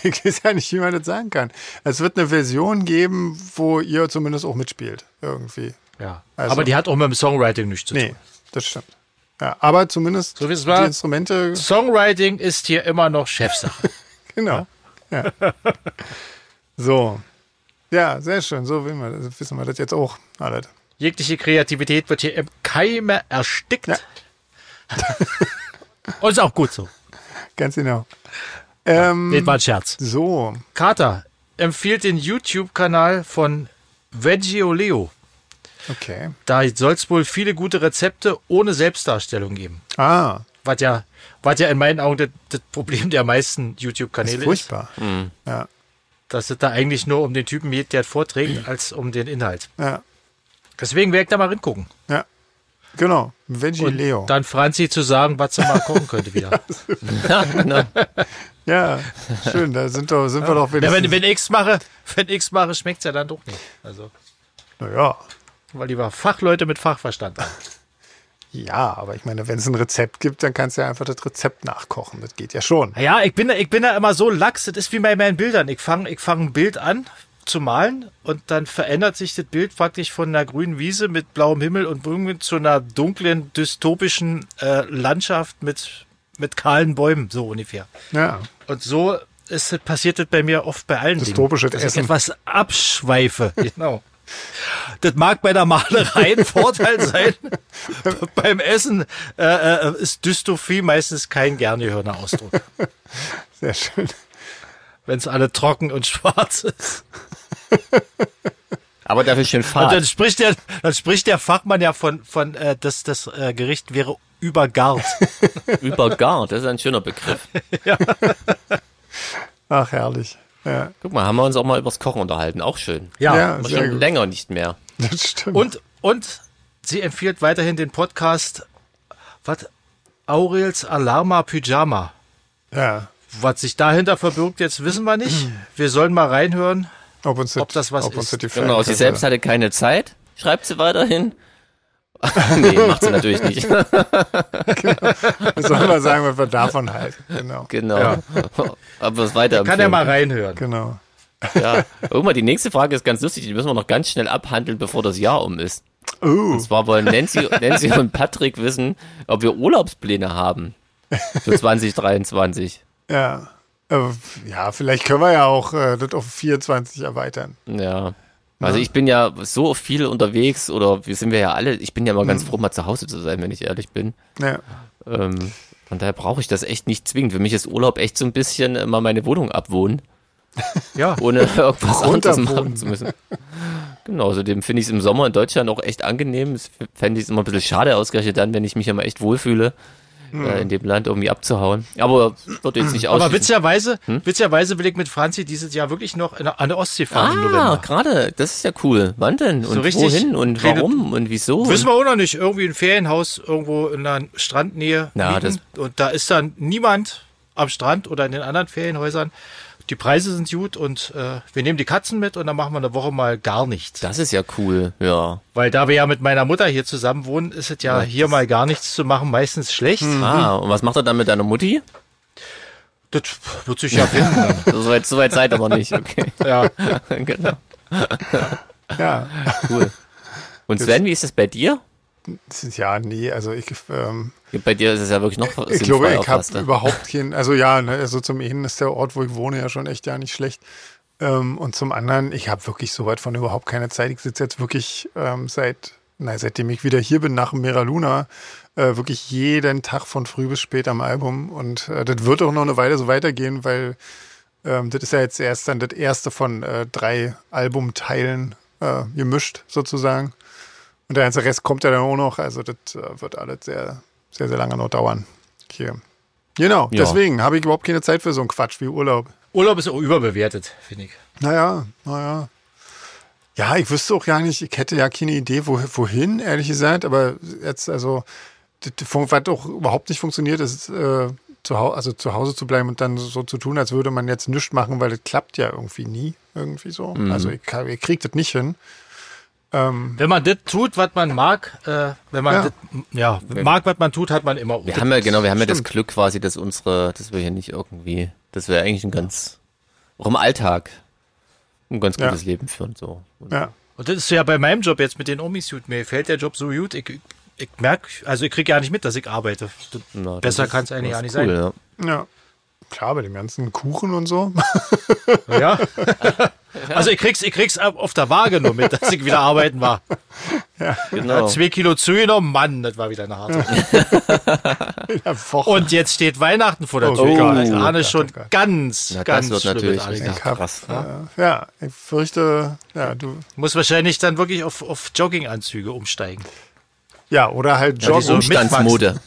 C: ich weiß ja nicht, wie man das sagen kann. Es wird eine Version geben, wo ihr zumindest auch mitspielt irgendwie.
B: Ja.
C: Also-
B: Aber die hat auch mit dem Songwriting nichts zu tun.
C: Nee, das stimmt. Ja, aber zumindest
B: So wie es war.
C: die Instrumente,
B: Songwriting ist hier immer noch Chefsache.
C: genau. Ja. (laughs) so. Ja, sehr schön. So will man, das- wissen wir das jetzt auch. Alles.
B: Jegliche Kreativität wird hier im Keime erstickt. Und (laughs) ist auch gut so.
C: Ganz genau. Ähm,
B: Das war ein Scherz.
C: So,
B: Kater empfiehlt den YouTube-Kanal von Veggio Leo.
C: okay.
B: Da soll es wohl viele gute Rezepte ohne Selbstdarstellung geben.
C: Ah,
B: was ja, was ja in meinen Augen das, das Problem der meisten
C: Das ist
B: YouTube-Kanäle ist,
C: furchtbar.
A: Mhm.
C: Ja,
B: dass es da eigentlich nur um den Typen geht, der es
C: (clears throat)
B: vorträgt, als um den Inhalt.
C: ja,
B: Deswegen werde ich da mal hingucken.
C: ja. Genau. Veggie
B: Und
C: Leo.
B: dann Franzi zu sagen, was sie mal kochen könnte wieder.
C: (laughs) Ja, schön. Da sind, doch, sind wir doch
B: ja,
C: wenigstens.
B: wenn wenn ich's mache, (laughs) wenn ich's mache, schmeckt's ja dann doch nicht. Also,
C: Na ja.
B: weil die war Fachleute mit Fachverstand. haben.
C: ja, aber ich meine, wenn es ein Rezept gibt, dann kannst du ja einfach das Rezept nachkochen. Das geht ja schon.
B: Ja, ich bin, da- ich bin da immer so lax, das ist wie bei meinen Bildern. Ich fange ich fang ein Bild an zu malen und dann verändert sich das Bild praktisch von einer grünen Wiese mit blauem Himmel und Blumen zu einer dunklen, dystopischen äh, Landschaft mit, mit kahlen Bäumen, so ungefähr.
C: Ja,
B: Und so ist, es- passiert das bei mir oft bei allen
C: Dystopisches
B: Dingen,
C: Essen.
B: ich etwas
C: (laughs)
B: abschweife. Genau. Das mag bei der Malerei ein Vorteil
C: (laughs)
B: sein. Beim Essen äh, äh, ist Dystopie meistens kein gern gehörner
C: (laughs)
B: Ausdruck,
C: sehr schön.
B: wenn es alle trocken und schwarz ist.
A: Aber dafür schön
B: Und dann
A: Fahrt.
B: spricht der, dann spricht der Fachmann ja von, von äh, dass das äh, Gericht wäre übergart.
A: (laughs) Übergart, das ist ein schöner Begriff.
C: Ach, herrlich.
B: (laughs)
C: Ja,
A: Guck mal, haben wir uns auch mal übers Kochen unterhalten. Auch schön.
C: (laughs) ja,
A: Aber
C: sehr
A: Schon
C: gut.
A: länger nicht mehr.
C: Das stimmt.
B: Und, und sie empfiehlt weiterhin den Podcast, was? Aurels Alarma Pyjama.
C: ja.
B: Was sich dahinter verbirgt, jetzt wissen wir nicht. Wir sollen mal reinhören.
C: Ob, uns
B: Ob das was
C: ob uns
B: ist.
C: das gefällt.
A: Genau, sie selbst hatte keine Zeit. Schreibt sie weiterhin. nee, macht sie natürlich nicht.
C: Sollen wir sagen, was wir davon halten. Genau.
A: Genau. Aber es weiter.
B: Kann er mal reinhören.
C: Genau.
A: Ja. Guck mal, die nächste Frage ist ganz lustig. Die müssen wir noch ganz schnell abhandeln, bevor das Jahr um ist.
C: Oh,
A: Und zwar wollen Nancy, Nancy und Patrick wissen, ob wir Urlaubspläne haben für 2023.
C: ja. Äh, Ja, vielleicht können wir ja auch äh, das auf 24 erweitern.
A: Hm. Ja. Also ich bin ja so viel unterwegs oder wir sind wir ja alle. Ich bin ja immer ganz froh, mal zu Hause zu sein, wenn ich ehrlich bin.
C: Ja.
A: Ähm, von daher brauche ich das echt nicht zwingend. Für mich ist Urlaub echt so ein bisschen äh, mal meine Wohnung abwohnen,
B: Ja.
A: ohne (laughs) irgendwas anderes machen
C: Runterwohnen.
A: zu müssen. Genau, außerdem finde ich es im Sommer in Deutschland auch echt angenehm. Es fände ich es immer ein bisschen schade, ausgerechnet dann, wenn ich mich ja mal echt wohlfühle, äh, in dem Land irgendwie abzuhauen. Aber wird jetzt nicht
B: Hm. Aber
A: ausschließen.
B: witzigerweise, witzigerweise will ich mit Franzi dieses Jahr wirklich noch in- an der Ostsee fahren im
A: Ah,
B: November.
A: gerade, das ist ja cool. Wann denn? Und
B: richtig
A: wohin? Und
B: kleine-
A: warum? Und wieso?
B: Wissen wir auch noch nicht. Irgendwie ein Ferienhaus irgendwo in der Strandnähe.
A: Na,
B: mieten. und da ist dann niemand am Strand oder in den anderen Ferienhäusern. Die Preise sind gut und äh, wir nehmen die Katzen mit und dann machen wir eine Woche mal gar nichts.
A: das ist ja cool, ja.
B: Weil da wir ja mit meiner Mutter hier zusammen wohnen, ist es ja, hier mal gar nichts zu machen, meistens schlecht.
A: Ah, und was macht er dann mit deiner
B: (laughs)
A: Mutti?
B: Das wird sich ja finden.
A: So weit, so weit seid ihr noch nicht, okay.
B: ja.
A: (laughs) genau.
C: Ja. (laughs)
A: Cool. Und Sven, wie ist das bei dir?
C: Das ist- Ja, nee, also ich, ähm,
A: Bei dir ist es ja wirklich noch
C: ich
A: sinnvoll
C: glaube, ich
A: auf
C: habe
A: Laster.
C: überhaupt keinen, also ja, ne, also zum einen ist der Ort, wo ich wohne, ja schon echt ja nicht schlecht. Ähm, und zum anderen, ich habe wirklich so weit von überhaupt keine Zeit. Ich sitze jetzt wirklich ähm, seit, na, seitdem ich wieder hier bin nach Mera Luna, äh, wirklich jeden Tag von früh bis spät am Album. Und äh, das wird auch noch eine Weile so weitergehen, weil ähm, das ist ja jetzt erst dann das erste von äh, drei Albumteilen äh, gemischt sozusagen. Und der ganze Rest kommt ja dann auch noch. Also das äh, wird alles sehr, sehr, sehr lange noch dauern. Hier. Genau,
A: Ja.
C: deswegen habe ich überhaupt keine Zeit für so einen Quatsch wie Urlaub.
B: Urlaub ist auch überbewertet, finde ich.
C: Naja, naja. Ja, ich wüsste auch gar nicht, ich hätte ja keine Idee, wo, wohin, ehrlich gesagt, aber jetzt, also, d- d- fun- was auch überhaupt nicht funktioniert, ist, äh, zu, Hau- also zu Hause zu bleiben und dann so zu tun, als würde man jetzt nichts machen, weil das klappt ja irgendwie nie, irgendwie so. Also, ich, kann- ich kriege das nicht hin. Ähm,
B: Wenn man das tut, was man mag, äh, wenn man
C: Ja.
B: das, ja, mag, was man tut, hat man immer
A: Wir
B: Urlaub.
A: haben ja, genau, wir haben ja das Glück quasi, dass unsere, dass wir hier nicht irgendwie, dass wir eigentlich ein ganz, auch im Alltag, ein ganz
C: Ja.
A: gutes Leben führen, so. Und
C: ja,
B: Und das ist ja bei meinem Job jetzt mit den Omis gut. Mir gefällt der Job so gut. Ich, ich merke, also ich kriege ja nicht mit, dass ich arbeite. Das,
A: na, das
B: besser
A: ist-
B: kann es eigentlich
A: das
B: auch nicht
A: ist cool,
C: ja. Klar, bei dem ganzen Kuchen und so. (laughs)
B: sein. Ja. also ich krieg's, ich krieg's ab- auf der Waage nur mit, dass ich wieder arbeiten war.
A: Ja. Genau.
B: Zwei Kilo zugenommen, Mann, das war wieder eine harte.
C: Ja, Woche.
B: Und jetzt steht Weihnachten vor der
C: Oh
B: Tür.
C: Gott,
B: also
A: oh
B: Arne
C: Gott,
B: schon
C: oh Gott.
B: ganz,
A: Na, das
B: ganz
A: wird
B: schlimm mit
A: natürlich
B: Arne
A: richtig
B: gehabt.
C: Ich hab-
A: krass, ne?
C: äh, ja, ich fürchte, ja, du,
B: Muss wahrscheinlich dann wirklich auf, auf Jogginganzüge umsteigen.
C: ja, oder halt
A: Ja,
C: Joggen.
A: diese
B: so mitwachsen.
A: Umstandsmode.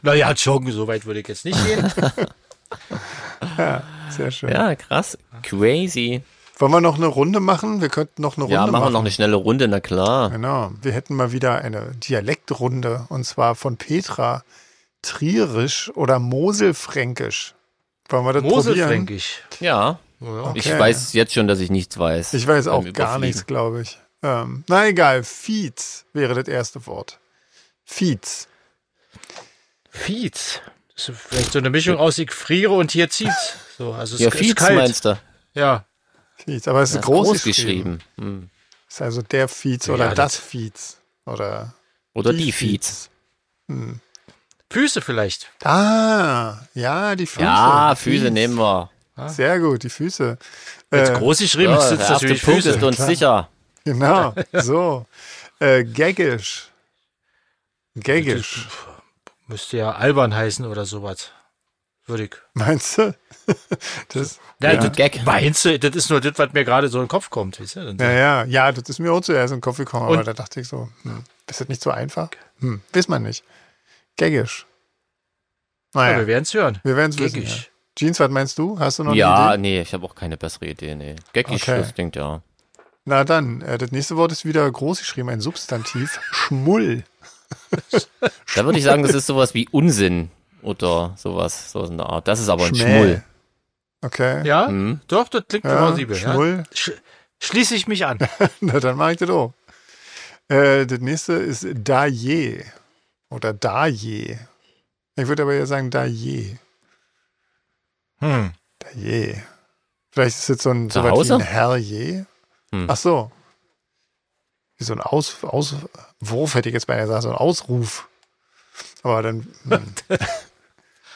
B: Naja, joggen, so weit würde ich jetzt nicht (laughs) gehen.
C: Sehr schön.
A: Ja, krass. Crazy.
C: Wollen wir noch eine Runde machen? Wir könnten noch eine Runde
A: Ja, machen wir
C: machen.
A: noch eine schnelle Runde, na klar.
C: Genau. Wir hätten mal wieder eine Dialektrunde und zwar von Petra Trierisch oder Moselfränkisch. Wollen wir das probieren?
B: Moselfränkisch.
A: Ja.
B: Ja.
A: Ich
C: Okay.
A: weiß jetzt schon, dass ich nichts weiß.
C: Ich weiß
A: Beim
C: auch gar
A: Überfliegen.
C: nichts, glaube ich. Ähm, na egal, Fietz wäre das erste Wort. Fietz.
B: Fietz. Das ist vielleicht so eine Mischung aus ich friere und hier zieht's. So, also es
A: Ja,
B: ist
A: Fietz
B: kalt.
A: meinst du?
B: Ja.
C: Fietz. Aber es ist
A: Das ist
C: groß,
A: groß geschrieben.
C: geschrieben.
A: Hm.
C: Ist also der Fietz oder
B: Ja,
C: das
B: das-
C: Fietz. Oder
A: Oder die Fietz.
B: Füße vielleicht.
C: Ah, ja, die Füße.
A: Ja,
C: Die
A: Füße nehmen wir.
C: Sehr gut, die Füße.
B: Wenn
C: Äh,
B: groß geschrieben
A: Ja,
B: ist,
A: der
B: sitzt
A: erste
B: natürlich
A: Punkt
B: Füße.
A: ist uns
C: klar.
A: sicher.
C: Genau, so. Äh, gaggisch. Gaggisch,
B: Müsste ja albern heißen oder sowas. Würde ich.
C: meinst du? (laughs) Das,
B: Nein,
A: Ja.
B: das-
A: Gag.
B: Meinst du, das ist nur das, was mir gerade so in den Kopf kommt. Weißt du?
C: ja, ja, ja, das ist mir auch zuerst in den Kopf gekommen, aber
B: Und-
C: da dachte ich so, hm, ist das nicht so einfach? Hm, weiß man nicht. Gaggisch.
B: Ja,
C: Naja,
B: wir werden es hören.
C: wir werden es wissen. Ja.
B: Gaggisch.
C: Jeans, was meinst du? Hast du noch eine
A: Ja,
C: Idee?
A: nee, ich habe auch keine bessere Idee. Nee. Gecki
C: Okay.
A: okay. klingt ja.
C: Na dann, äh, das nächste Wort ist wieder groß geschrieben, ein Substantiv. Schmull.
A: Da würde ich sagen, das ist sowas wie Unsinn oder sowas, sowas in der Art. Das ist aber ein Schmull.
C: Schmäh. Okay.
B: Ja,
A: Mhm.
B: doch, das klingt plausibel. Ja.
C: Schmull. (laughs)
B: Sch schließe ich mich an.
C: Na, dann mache ich das auch. Äh, das nächste ist da je. Oder da je. Ich würde aber eher sagen da je.
B: Hm.
C: Da je. Vielleicht ist jetzt so ein
A: Zu
C: so was wie
A: Hause?
C: ein Herr je.
A: Hm.
C: Ach so. Wie so ein Aus, Auswurf hätte ich jetzt beinahe gesagt, so ein Ausruf. Aber dann hm,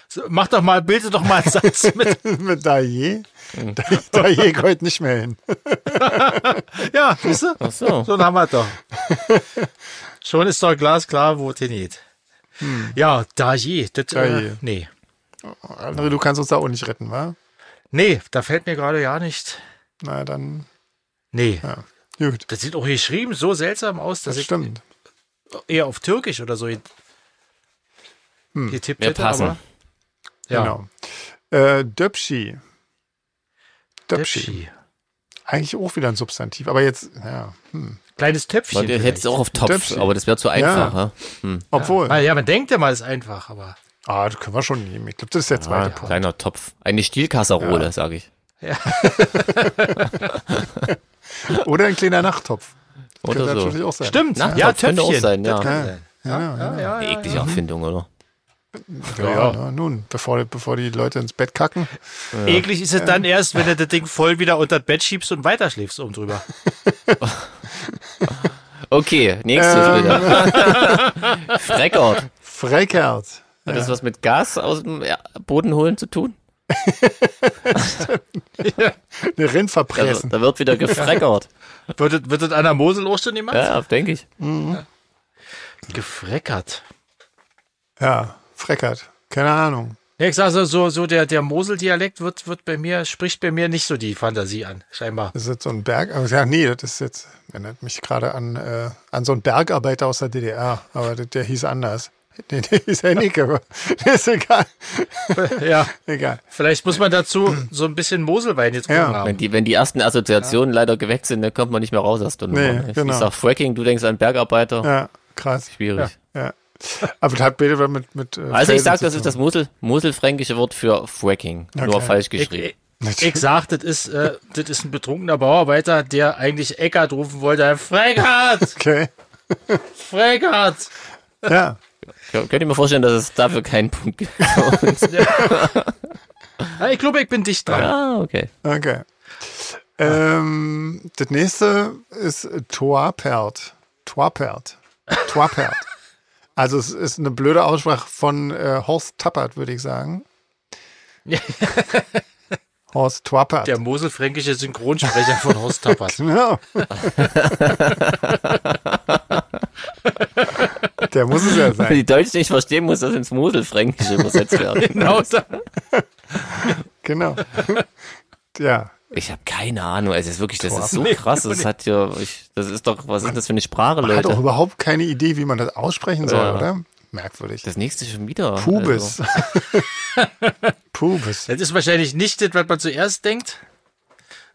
B: So, mach doch mal, bilde doch mal einen Satz (laughs) mit.
C: mit da je. Da, da je geht nicht mehr hin.
B: Ja, weißt du?
A: Ach so.
B: So, dann haben wir es doch. (laughs) Schon ist doch glasklar, wo es hingeht. Ja, da je. Das,
C: Hm. Da
B: äh,
C: je.
B: Nee.
C: André, du kannst uns da auch nicht retten, wa?
B: Nee, da fällt mir gerade ja nicht.
C: Na dann,
B: Nee.
C: ja. Gut,
B: Das sieht auch geschrieben so seltsam aus, dass
C: das
B: ich
C: stimmt.
B: eher auf Türkisch oder so getippt
A: Wir
B: hätte.
A: passen.
B: Aber, ja.
C: Hm. Genau. Äh, Döpschi. Döpschi.
B: Töpfchen.
C: Eigentlich auch wieder ein Substantiv, aber jetzt, ja. Hm.
B: Kleines Töpfchen.
A: Leute, ihr hättet es
B: vielleicht.
A: auch auf Topf,
C: Döpfchen.
A: aber das wäre zu einfach. Ja.
C: Obwohl.
B: Ah, ja, man denkt ja mal, ist einfach, aber.
C: Ah, das können wir schon nehmen. Ich glaube, das ist der
A: Ah,
C: zweite Punkt.
A: kleiner Topf. Eine Stielkasserole, sage ich.
C: Oder ein kleiner Nachttopf.
A: Oder
C: Könnte
A: so.
C: natürlich auch sein.
B: Stimmt,
A: Nachttopf
B: ja, Töpfchen.
A: könnte auch sein, ja.
B: Das kann
C: Ja.
B: sein.
C: Ja, ja,
B: Ja, ja,
A: Eklige Erfindung, oder?
C: ja. na, nun, bevor, bevor die Leute ins Bett kacken.
B: Eklig ist es dann erst, wenn du das Ding voll wieder unter das Bett schiebst und weiterschläfst oben drüber.
A: Okay, nächstes bitte. Freckert.
C: Freckert.
A: Hat das was mit Gas aus dem ja, Boden holen zu tun?
C: Eine Rind
A: Also,
C: verpressen.
A: da wird wieder gefreckert.
B: Wird das, wird das an der Mosel auch schon gemacht?
A: Ja, denke ich.
B: Gefreckert.
C: Ja, Freckert. Keine Ahnung.
B: Ja, ich sag so, so, so der, der Mosel-Dialekt wird, wird bei mir, spricht bei mir nicht so die Fantasie an, scheinbar.
C: Das ist jetzt so ein Berg. Aber ja, nee, das ist jetzt, erinnert mich gerade an, äh, an so einen Bergarbeiter aus der DDR. Aber der, der hieß anders. (laughs) Nee, der hieß Hennig, aber (laughs) ist egal.
B: (laughs) ja,
C: Egal.
B: vielleicht muss man dazu so ein bisschen Moselwein jetzt gucken
C: Ja.
A: Wenn
B: haben.
A: die, wenn die ersten Assoziationen leider geweckt sind, dann kommt man nicht mehr raus aus der
C: Nee,
A: Nummer. ne?
C: genau.
A: Ich sag Fracking, du denkst an Bergarbeiter.
C: Ja, krass.
A: Schwierig.
C: Ja. Aber das hat Bilder mit, mit äh,
A: Also
C: Felsen
A: ich sag,
C: zu
A: das ist
C: tun.
A: das Mosel, moselfränkische Wort für Fracking. Nur falsch
B: Ich,
A: geschrieben.
B: ich, ich sag, das ist, äh, das ist ein betrunkener Bauarbeiter, der eigentlich Eckart rufen wollte. Freckert!
C: Okay. (laughs)
B: Freckert!
C: Ja.
A: Kön- Könnt ihr mir vorstellen, dass es dafür keinen Punkt
B: (laughs)
A: gibt?
B: Ja, ich glaube, ich bin dicht dran.
A: ah, okay.
C: Okay. Ähm, das nächste ist Toapert. Toapert.
A: (laughs)
C: Toapert. also es ist eine blöde Aussprache von äh, Horst Tappert, würde
A: (laughs)
C: ich sagen. Horst Toapert. (laughs)
B: Der moselfränkische Synchronsprecher von Horst Tappert.
A: (laughs)
C: Genau. Der muss es ja
A: Wenn (laughs)
C: sein.
A: die Deutschen nicht verstehen, muss das ins Moselfränkische übersetzt
C: (laughs)
A: werden.
B: (laughs) genau da.
C: Genau. (laughs) ja.
A: Ich habe keine Ahnung. Es ist wirklich, das ist so krass. Das hat ja, ich, das ist doch, was ist das für eine Sprache,
C: Man hat auch
A: Leute?
C: überhaupt keine Idee, wie man das aussprechen soll,
A: Ja.
C: oder? merkwürdig.
A: Das nächste schon wieder. Also,
C: Pubis. (laughs) Pubis.
B: Das ist wahrscheinlich nicht das, was man zuerst denkt.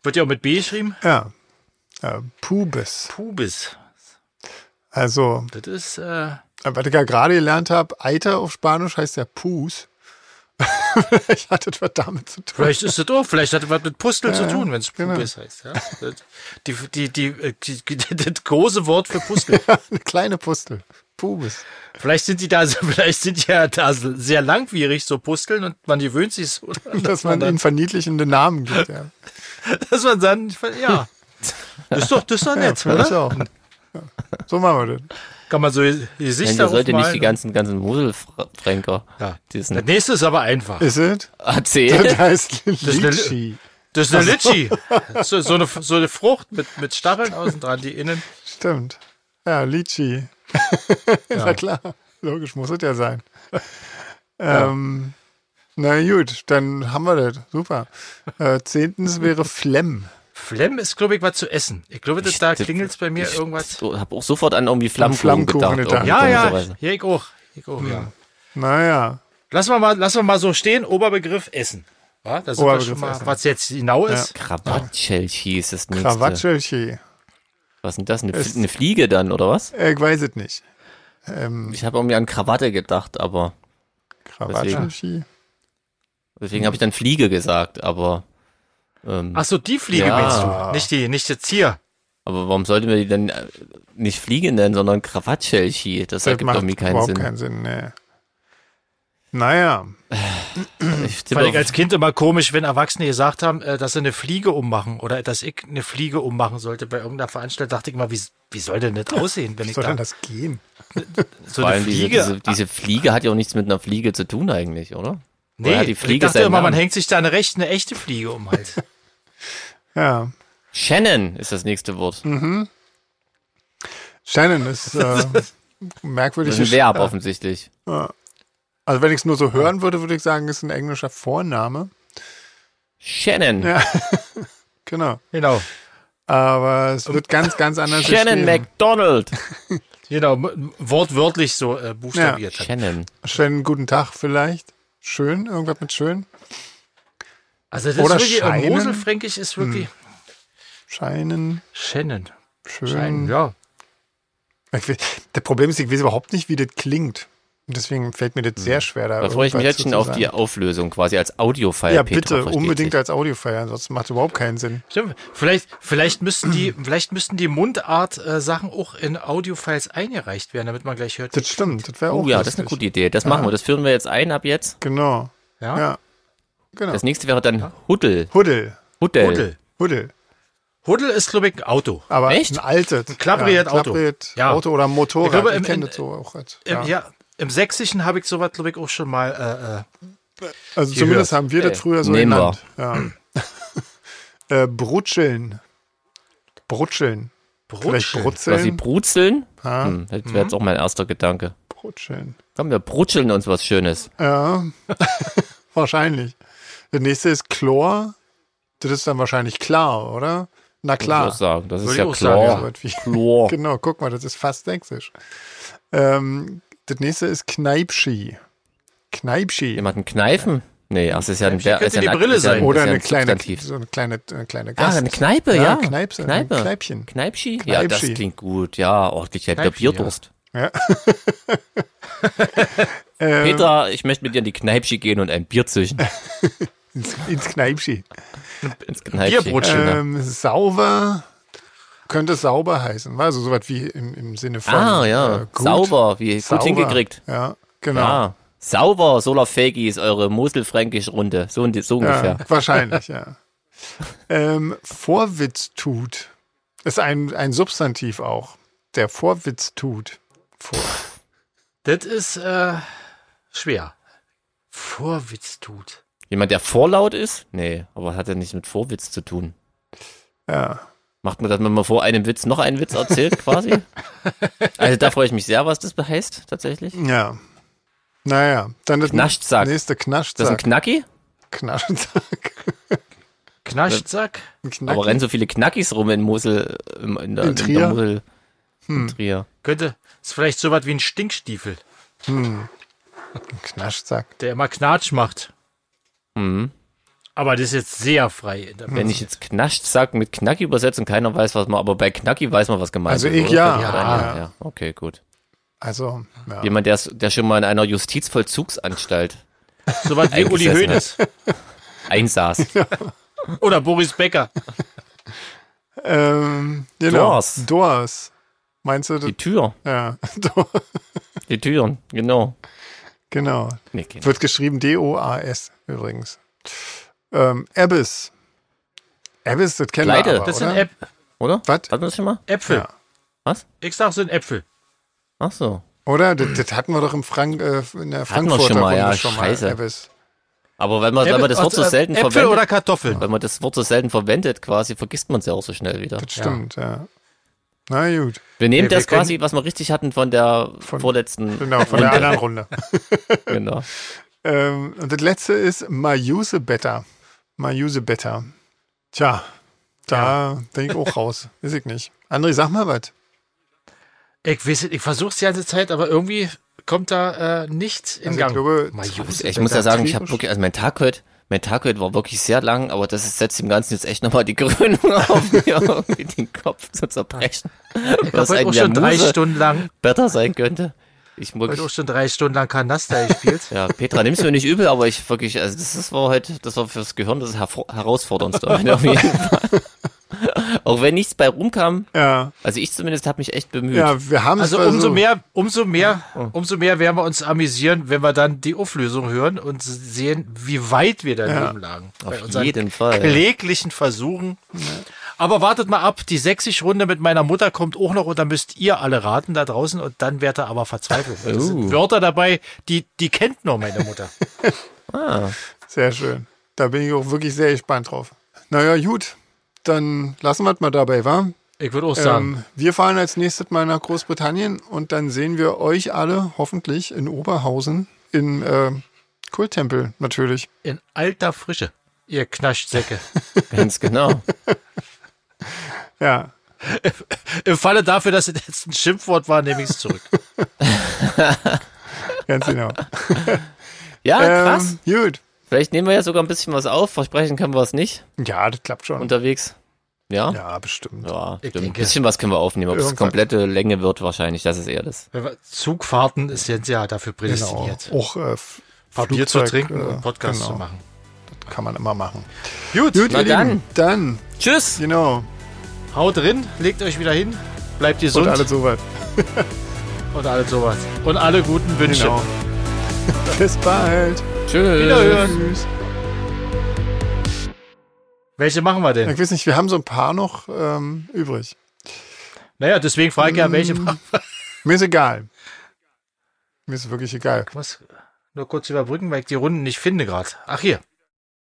B: Wird ja auch mit B geschrieben.
C: Ja. ja. Pubis.
B: Pubis.
C: Also,
B: Das ist, äh,
C: was ich ja gerade gelernt habe, Eiter auf Spanisch heißt ja Pus. (laughs) ich hatte das was damit zu tun. (laughs)
B: vielleicht ist das auch, vielleicht hat das was mit Pustel zu tun, wenn es
C: genau.
B: Pubis heißt. Ja? Das, die, die, die, äh, die, (laughs) die, das große Wort für Pustel.
C: Eine kleine Pustel. Pubis.
B: Vielleicht sind die da, (laughs) vielleicht sind die ja da sehr langwierig, so Pusteln, und man gewöhnt sich so. (laughs)
C: Dass, man ihnen verniedlichende Namen gibt. Ja,
B: dass man dann, ja. Das ist doch, das ist doch nett,
C: ja, ich
B: oder?
C: auch. Ja. So machen wir das.
B: Kann man so Ge-
A: Nein,
B: Gesichter
A: ihr sollte nicht die
B: aufmalen.
A: ganzen, ganzen Muselfränker.
B: Ja. Das
A: Diesen
B: nächste ist aber einfach.
C: Ist es?
A: AC.
C: (laughs) Das heißt
B: eine-
C: Litschi.
B: Das ist eine Litschi. So, so, eine, so eine Frucht mit, mit Stacheln außen dran, die innen.
C: Stimmt.
A: (laughs)
C: Ja, Litschi. Na klar. Logisch muss es ja sein. Ähm, na gut, dann haben wir das. Super. Äh, zehntens wäre Flemm.
B: Flemm ist, glaube ich, was zu essen. Ich glaube, das, da klingelt es bei mir
A: ich
B: irgendwas.
A: habe auch sofort an irgendwie Flammkuchen,
C: Flammkuchen
A: gedacht.
C: gedacht.
B: Ja, ja,
A: komischerweise.
B: hier ich auch. Ich auch ja.
C: Naja.
B: Lassen, wir mal, lassen wir mal so stehen, Oberbegriff Essen. Ja, da sind
C: Oberbegriff
B: wir schon mal,
C: Essen.
B: was jetzt genau ist.
A: Krawatschelch hieß das nächste.
C: Krawatschelchi.
A: Was ist denn das? Eine,
C: Ist-
A: Fl- eine Fliege dann, oder was?
C: Äh, ich weiß es nicht. Mhm.
A: Ich habe irgendwie an Krawatte gedacht, aber
C: Krawatschelchi.
A: deswegen habe ich dann Fliege gesagt, aber ähm,
B: Ach so, die Fliege
A: Ja.
B: meinst du, nicht, die, nicht jetzt hier.
A: aber warum sollte man die denn äh, nicht Fliege nennen, sondern Krawatschelchi? Das ergibt
C: macht
A: irgendwie keinen
C: überhaupt
A: Sinn.
C: keinen Sinn. Nee. Naja.
A: Ich
B: Fand ich
A: tippe
B: als Kind immer komisch, wenn Erwachsene gesagt haben, äh, dass sie eine Fliege ummachen oder dass ich eine Fliege ummachen sollte bei irgendeiner Veranstaltung, dachte ich immer, wie, wie soll denn das aussehen, wenn ich
C: Soll
B: da
C: denn das gehen?
B: so
A: vor
B: eine
A: allem diese,
B: Fliege...
A: diese, diese Fliege hat ja auch nichts mit einer Fliege zu tun eigentlich, oder?
B: nee,
A: ja, die
B: ich
A: Fliege ist
B: dachte
A: ein
B: immer, man
A: Name.
B: hängt sich da eine, recht, eine echte Fliege um halt.
C: Ja.
A: Shannon ist das nächste Wort.
C: Mhm. Shannon
A: (laughs)
C: ist äh, merkwürdig.
A: Das ist ein Verb offensichtlich.
C: Also wenn ich es nur so hören würde, würde ich sagen, ist ein englischer Vorname.
A: Shannon.
C: Ja. (laughs) Genau.
B: genau,
C: Aber es wird ganz, ganz anders
A: Shannon
C: geschrieben.
A: McDonald.
C: (laughs)
B: genau, m- wortwörtlich so äh, buchstabiert. hat.
A: Shannon.
C: Schönen guten Tag vielleicht. Schön, irgendwas mit schön.
B: Also das
C: Oder
B: ist wirklich, äh,
C: scheinen. Hm.
B: Moselfränkisch ist wirklich...
C: Scheinen,
B: Schennen.
C: schön.
B: Scheinen, ja.
C: Ich we- Das Problem ist, ich weiß überhaupt nicht, wie das klingt. Und deswegen fällt mir
B: Hm.
C: das sehr schwer. Da
A: Da freue ich mich
C: irgendwas
A: jetzt schon
C: zu
A: auf
C: sagen.
A: die Auflösung quasi als Audio-File.
C: Ja,
A: Petra,
C: bitte,
A: versteht
C: unbedingt
A: sich.
C: als Audiofile, ansonsten macht überhaupt keinen Sinn.
B: Stimmt. Vielleicht, vielleicht müssten die, vielleicht müssten die Mundart-Sachen auch in Audiofiles eingereicht werden, damit man gleich hört.
C: Das stimmt, das wäre auch
A: Oh ja, das ist eine
C: lustig.
A: gute Idee. Das machen wir. Das führen wir jetzt ein ab jetzt.
C: Genau.
B: Ja.
C: Ja. Genau.
A: Das nächste wäre dann Huddel.
C: Huddel.
A: Huddel.
B: Huddel.
C: Huddel.
B: Huddel ist, glaube ich, ein Auto.
C: Aber
A: Echt?
C: ein altes. Ein
B: klappriges Auto.
C: klappriges
B: Ja.
C: Auto oder Motorrad. Ich,
B: Ich glaube, im-
C: kenne
B: in-
C: das so auch. Als,
B: Im, ja.
C: ja.
B: im Sächsischen habe ich sowas, glaube ich, auch schon mal. Äh, äh,
C: Also zumindest haben wir das
A: Ey,
C: früher so
A: nehmen wir.
C: genannt. Ja. (laughs) äh, Brutscheln. Brutscheln. Vielleicht
B: Brutscheln.
A: Was sie
C: Brutzeln.
A: brutzeln? Hm, das
C: Mhm.
A: wäre jetzt auch mein erster Gedanke.
C: Brutscheln.
A: Komm, wir brutzeln uns was Schönes.
C: Ja. (laughs) Wahrscheinlich. Das nächste ist Chlor. Das ist dann wahrscheinlich klar, oder? Na
A: Würde ich
C: klar.
A: auch sagen. Das ist
B: Würde
A: ja
B: ich auch sagen,
A: Chlor.
C: So was wie- (laughs)
A: Chlor.
C: Genau, guck mal, das ist fast sächsisch. Ähm, das nächste ist Kneipschi. Kneipschi.
A: Jemanden kneifen? Nee, ach, das ist ja ein
B: Kneifen
A: ist
B: könnte
A: ja
B: die
A: ein-
B: Brille
A: ist ja ein-
B: sein.
A: ist
C: Oder
A: ja ein
C: eine kleine,
A: Substantiv.
C: so eine kleine, eine kleine
A: Ah,
C: Gast.
A: eine Kneipe,
C: Ja,
A: ja.
C: Kneipse,
A: Kneipe.
C: ein Kneipchen.
A: Kneipschi? Ja, das
C: Kneipschi.
A: klingt gut. Ja, oh, ich hätte
B: Kneipschi,
A: Bierdurst.
C: Ja. Ähm.
A: Petra, ich möchte mit dir in die Kneipschi gehen und ein Bier zischen.
C: ins, ins Kneipschi.
A: Ins Kneipschi.
B: Bierbrotchen,
A: Ja.
C: Ähm, sauber könnte sauber heißen. war Also sowas wie im, im Sinne von
A: Ah, ja.
C: äh, gut.
A: Sauber, wie gut
C: Sauber.
A: hingekriegt.
C: Ja, genau.
A: Ja. Sauber, Solarfäki ist eure Moselfränkisch-Runde. So, und- so
C: Ja,
A: ungefähr.
C: Wahrscheinlich, ja. ähm, Vorwitz tut ist ein, ein Substantiv auch. Der Vorwitz tut. Vor,
B: Das ist äh, schwer. Vorwitz tut.
A: Jemand, der vorlaut ist? Nee, aber hat ja nichts mit Vorwitz zu tun.
C: ja.
A: Macht man, dass man mal vor einem Witz noch einen Witz erzählt,
C: (laughs)
A: quasi? Also da freue ich mich sehr, was das heißt, tatsächlich. Ist
C: Ja. Naja, dann das
A: Knaschzack.
C: nächste
A: das ein
C: Knaschzack.
A: Knacki?
C: Knaschzack.
B: Knaschzack.
C: Ein Knack.
A: Aber rennen so viele Knackis rum in Mosel, im- in der,
C: In
A: in der
C: Trier? Hm.
A: Mosel. In Trier.
B: Könnte. Ist vielleicht sowas wie ein Stinkstiefel.
C: Knaschzack.
B: der immer Knatsch macht.
A: Mhm.
B: Aber das ist jetzt sehr frei interpretiert.
A: Wenn ich jetzt knascht sag mit Knacki übersetzt und keiner weiß, was man, aber bei Knacki weiß man, was gemeint
C: Also
A: ist.
C: ich
A: oder?
C: ja.
A: Für die
C: Ja.
A: Rheinländer, ja. Okay, gut.
C: Also, ja.
A: Jemand, der, der schon mal in einer Justizvollzugsanstalt
B: So was
A: (laughs)
B: wie Uli
A: Eingesessen
B: Hoeneß
A: einsaß.
B: oder Boris Becker.
C: Ähm, genau.
A: Doors.
C: Doors. Meinst du? das-
A: Die Tür,
C: Ja, (laughs) Doors.
A: die Türen, genau.
C: genau.
A: Nee, okay.
C: Wird geschrieben D-O-A-S übrigens. Ähm, Abyss. Abyss, das kennen
A: Pleite.
C: wir aber,
B: Das sind
C: oder?
B: Äp
A: Oder?
C: Was?
A: Hatten wir das schon mal?
B: Äpfel.
C: Ja.
A: Was?
B: Ich sag, sind Äpfel.
A: Ach so.
C: Oder? Das, das hatten wir doch im Frank, äh, in der
A: Hatten wir
C: Frankfurter
A: schon mal,
C: Runde
A: ja,
C: schon mal.
A: scheiße.
C: Abyss.
A: Also, Aber wenn man, wenn man das Wort so
B: Äh,
A: selten
B: Äpfel
A: verwendet,
B: oder Kartoffeln.
A: wenn man das Wort so selten verwendet, quasi vergisst man es ja auch so schnell wieder.
C: Das stimmt, ja. Na gut,
A: Wir nehmen
B: Nee, wir
A: das
B: können-
A: quasi, was wir richtig hatten von der
C: Von-
A: vorletzten.
C: genau,
B: (laughs)
C: von der anderen Runde.
A: Genau.
C: Ähm, und das letzte ist Mayuse Better. Mayuse Better. Tja, da bin ich auch raus. Weiß ich nicht. André, sag mal was.
B: Ich weiß nicht, ich versuch's die ganze Zeit, aber irgendwie kommt da äh, nichts in
C: Also ich
B: Gang.
C: glaube,
B: Mal
C: das
B: Jus.
A: Ich muss ja sagen, ich habe wirklich, also mein Tag heute, mein Tag heute war wirklich sehr lang, aber das ist, setzt dem Ganzen jetzt echt nochmal die Krönung (laughs) auf mir, irgendwie den Kopf zu zerbrechen.
B: ich
A: Was
B: habe heute
A: einem
B: auch
A: der
B: schon drei
A: Muse
B: Stunden lang,
A: besser sein könnte. Ich
B: heute auch
A: wirklich,
B: schon drei Stunden lang Kanaster gespielt.
A: ja, Petra, nimm's mir nicht übel, aber ich wirklich, also das, das war heute, das war fürs Gehirn das hervor- herausforderndste heute auf jeden Fall.
B: (laughs)
A: Auch wenn nichts bei rumkam,
C: Ja,
A: also ich zumindest habe mich echt bemüht.
C: ja wir haben
B: Also umso mehr, umso mehr, umso mehr werden wir uns amüsieren, wenn wir dann die Auflösung hören und sehen, wie weit wir daneben lagen. Bei
A: Auf jeden Fall.
B: kläglichen Versuchen. Aber wartet mal ab, die sächsische Runde mit meiner Mutter kommt auch noch und dann müsst ihr alle raten da draußen und dann werdet ihr aber verzweifelt. Da sind
A: Oh.
B: Wörter dabei, die, die kennt nur meine Mutter.
C: Sehr schön. Da bin ich auch wirklich sehr gespannt drauf. Naja, gut. Dann lassen wir es mal dabei, wa?
B: (laughs) Ich würde auch sagen,
C: Ähm, wir fahren als nächstes mal nach Großbritannien und dann sehen wir euch alle hoffentlich in Oberhausen im äh, Kulttempel natürlich.
B: in alter Frische, ihr Knaschsäcke.
A: Ganz genau.
C: Ja,
B: (laughs) Im Falle dafür, dass es jetzt ein Schimpfwort war, nehme ich es zurück.
C: ganz
B: (laughs)
C: genau.
A: Ja,
B: Ah,
A: krass.
C: ähm, gut.
A: Vielleicht nehmen wir ja sogar ein bisschen was auf. Versprechen können wir es nicht
C: Ja, das klappt schon.
A: unterwegs. Ja? Ja,
C: ja, bestimmt.
A: stimmt. Ein
B: denke-
A: bisschen was können wir aufnehmen. Ob es
C: Irgendwann.
A: komplette Länge wird, wahrscheinlich. Das ist eher das.
B: Wenn wir- (laughs) Zugfahrten ist jetzt ja dafür
C: Genau.
B: prädestiniert.
C: Auch äh, F-
B: Bier zu
C: Flugzeug,
B: trinken
C: äh,
B: und Podcast
C: genau.
B: zu machen.
C: Kann man immer machen.
B: Gut,
C: Gut,
A: Na
C: ihr Lieben, dann,
A: Tschüss!
C: genau.
B: haut drin, legt euch wieder hin, bleibt
C: Und
B: gesund
C: alles soweit.
B: und alles sowas. Und alle guten Wünsche.
C: Genau. (laughs) Bis bald.
A: Tschüss!
B: Wiederhören.
C: Tschüss.
B: Welche machen wir denn?
C: Ich weiß nicht, wir haben so ein paar noch ähm, übrig. Mm.
B: Naja, deswegen frage ich ja, welche
C: Mhm.
B: machen
C: Mir ist egal. Mir ist wirklich egal.
B: Ich muss nur kurz überbrücken, weil ich die Runden nicht finde gerade. Ach hier.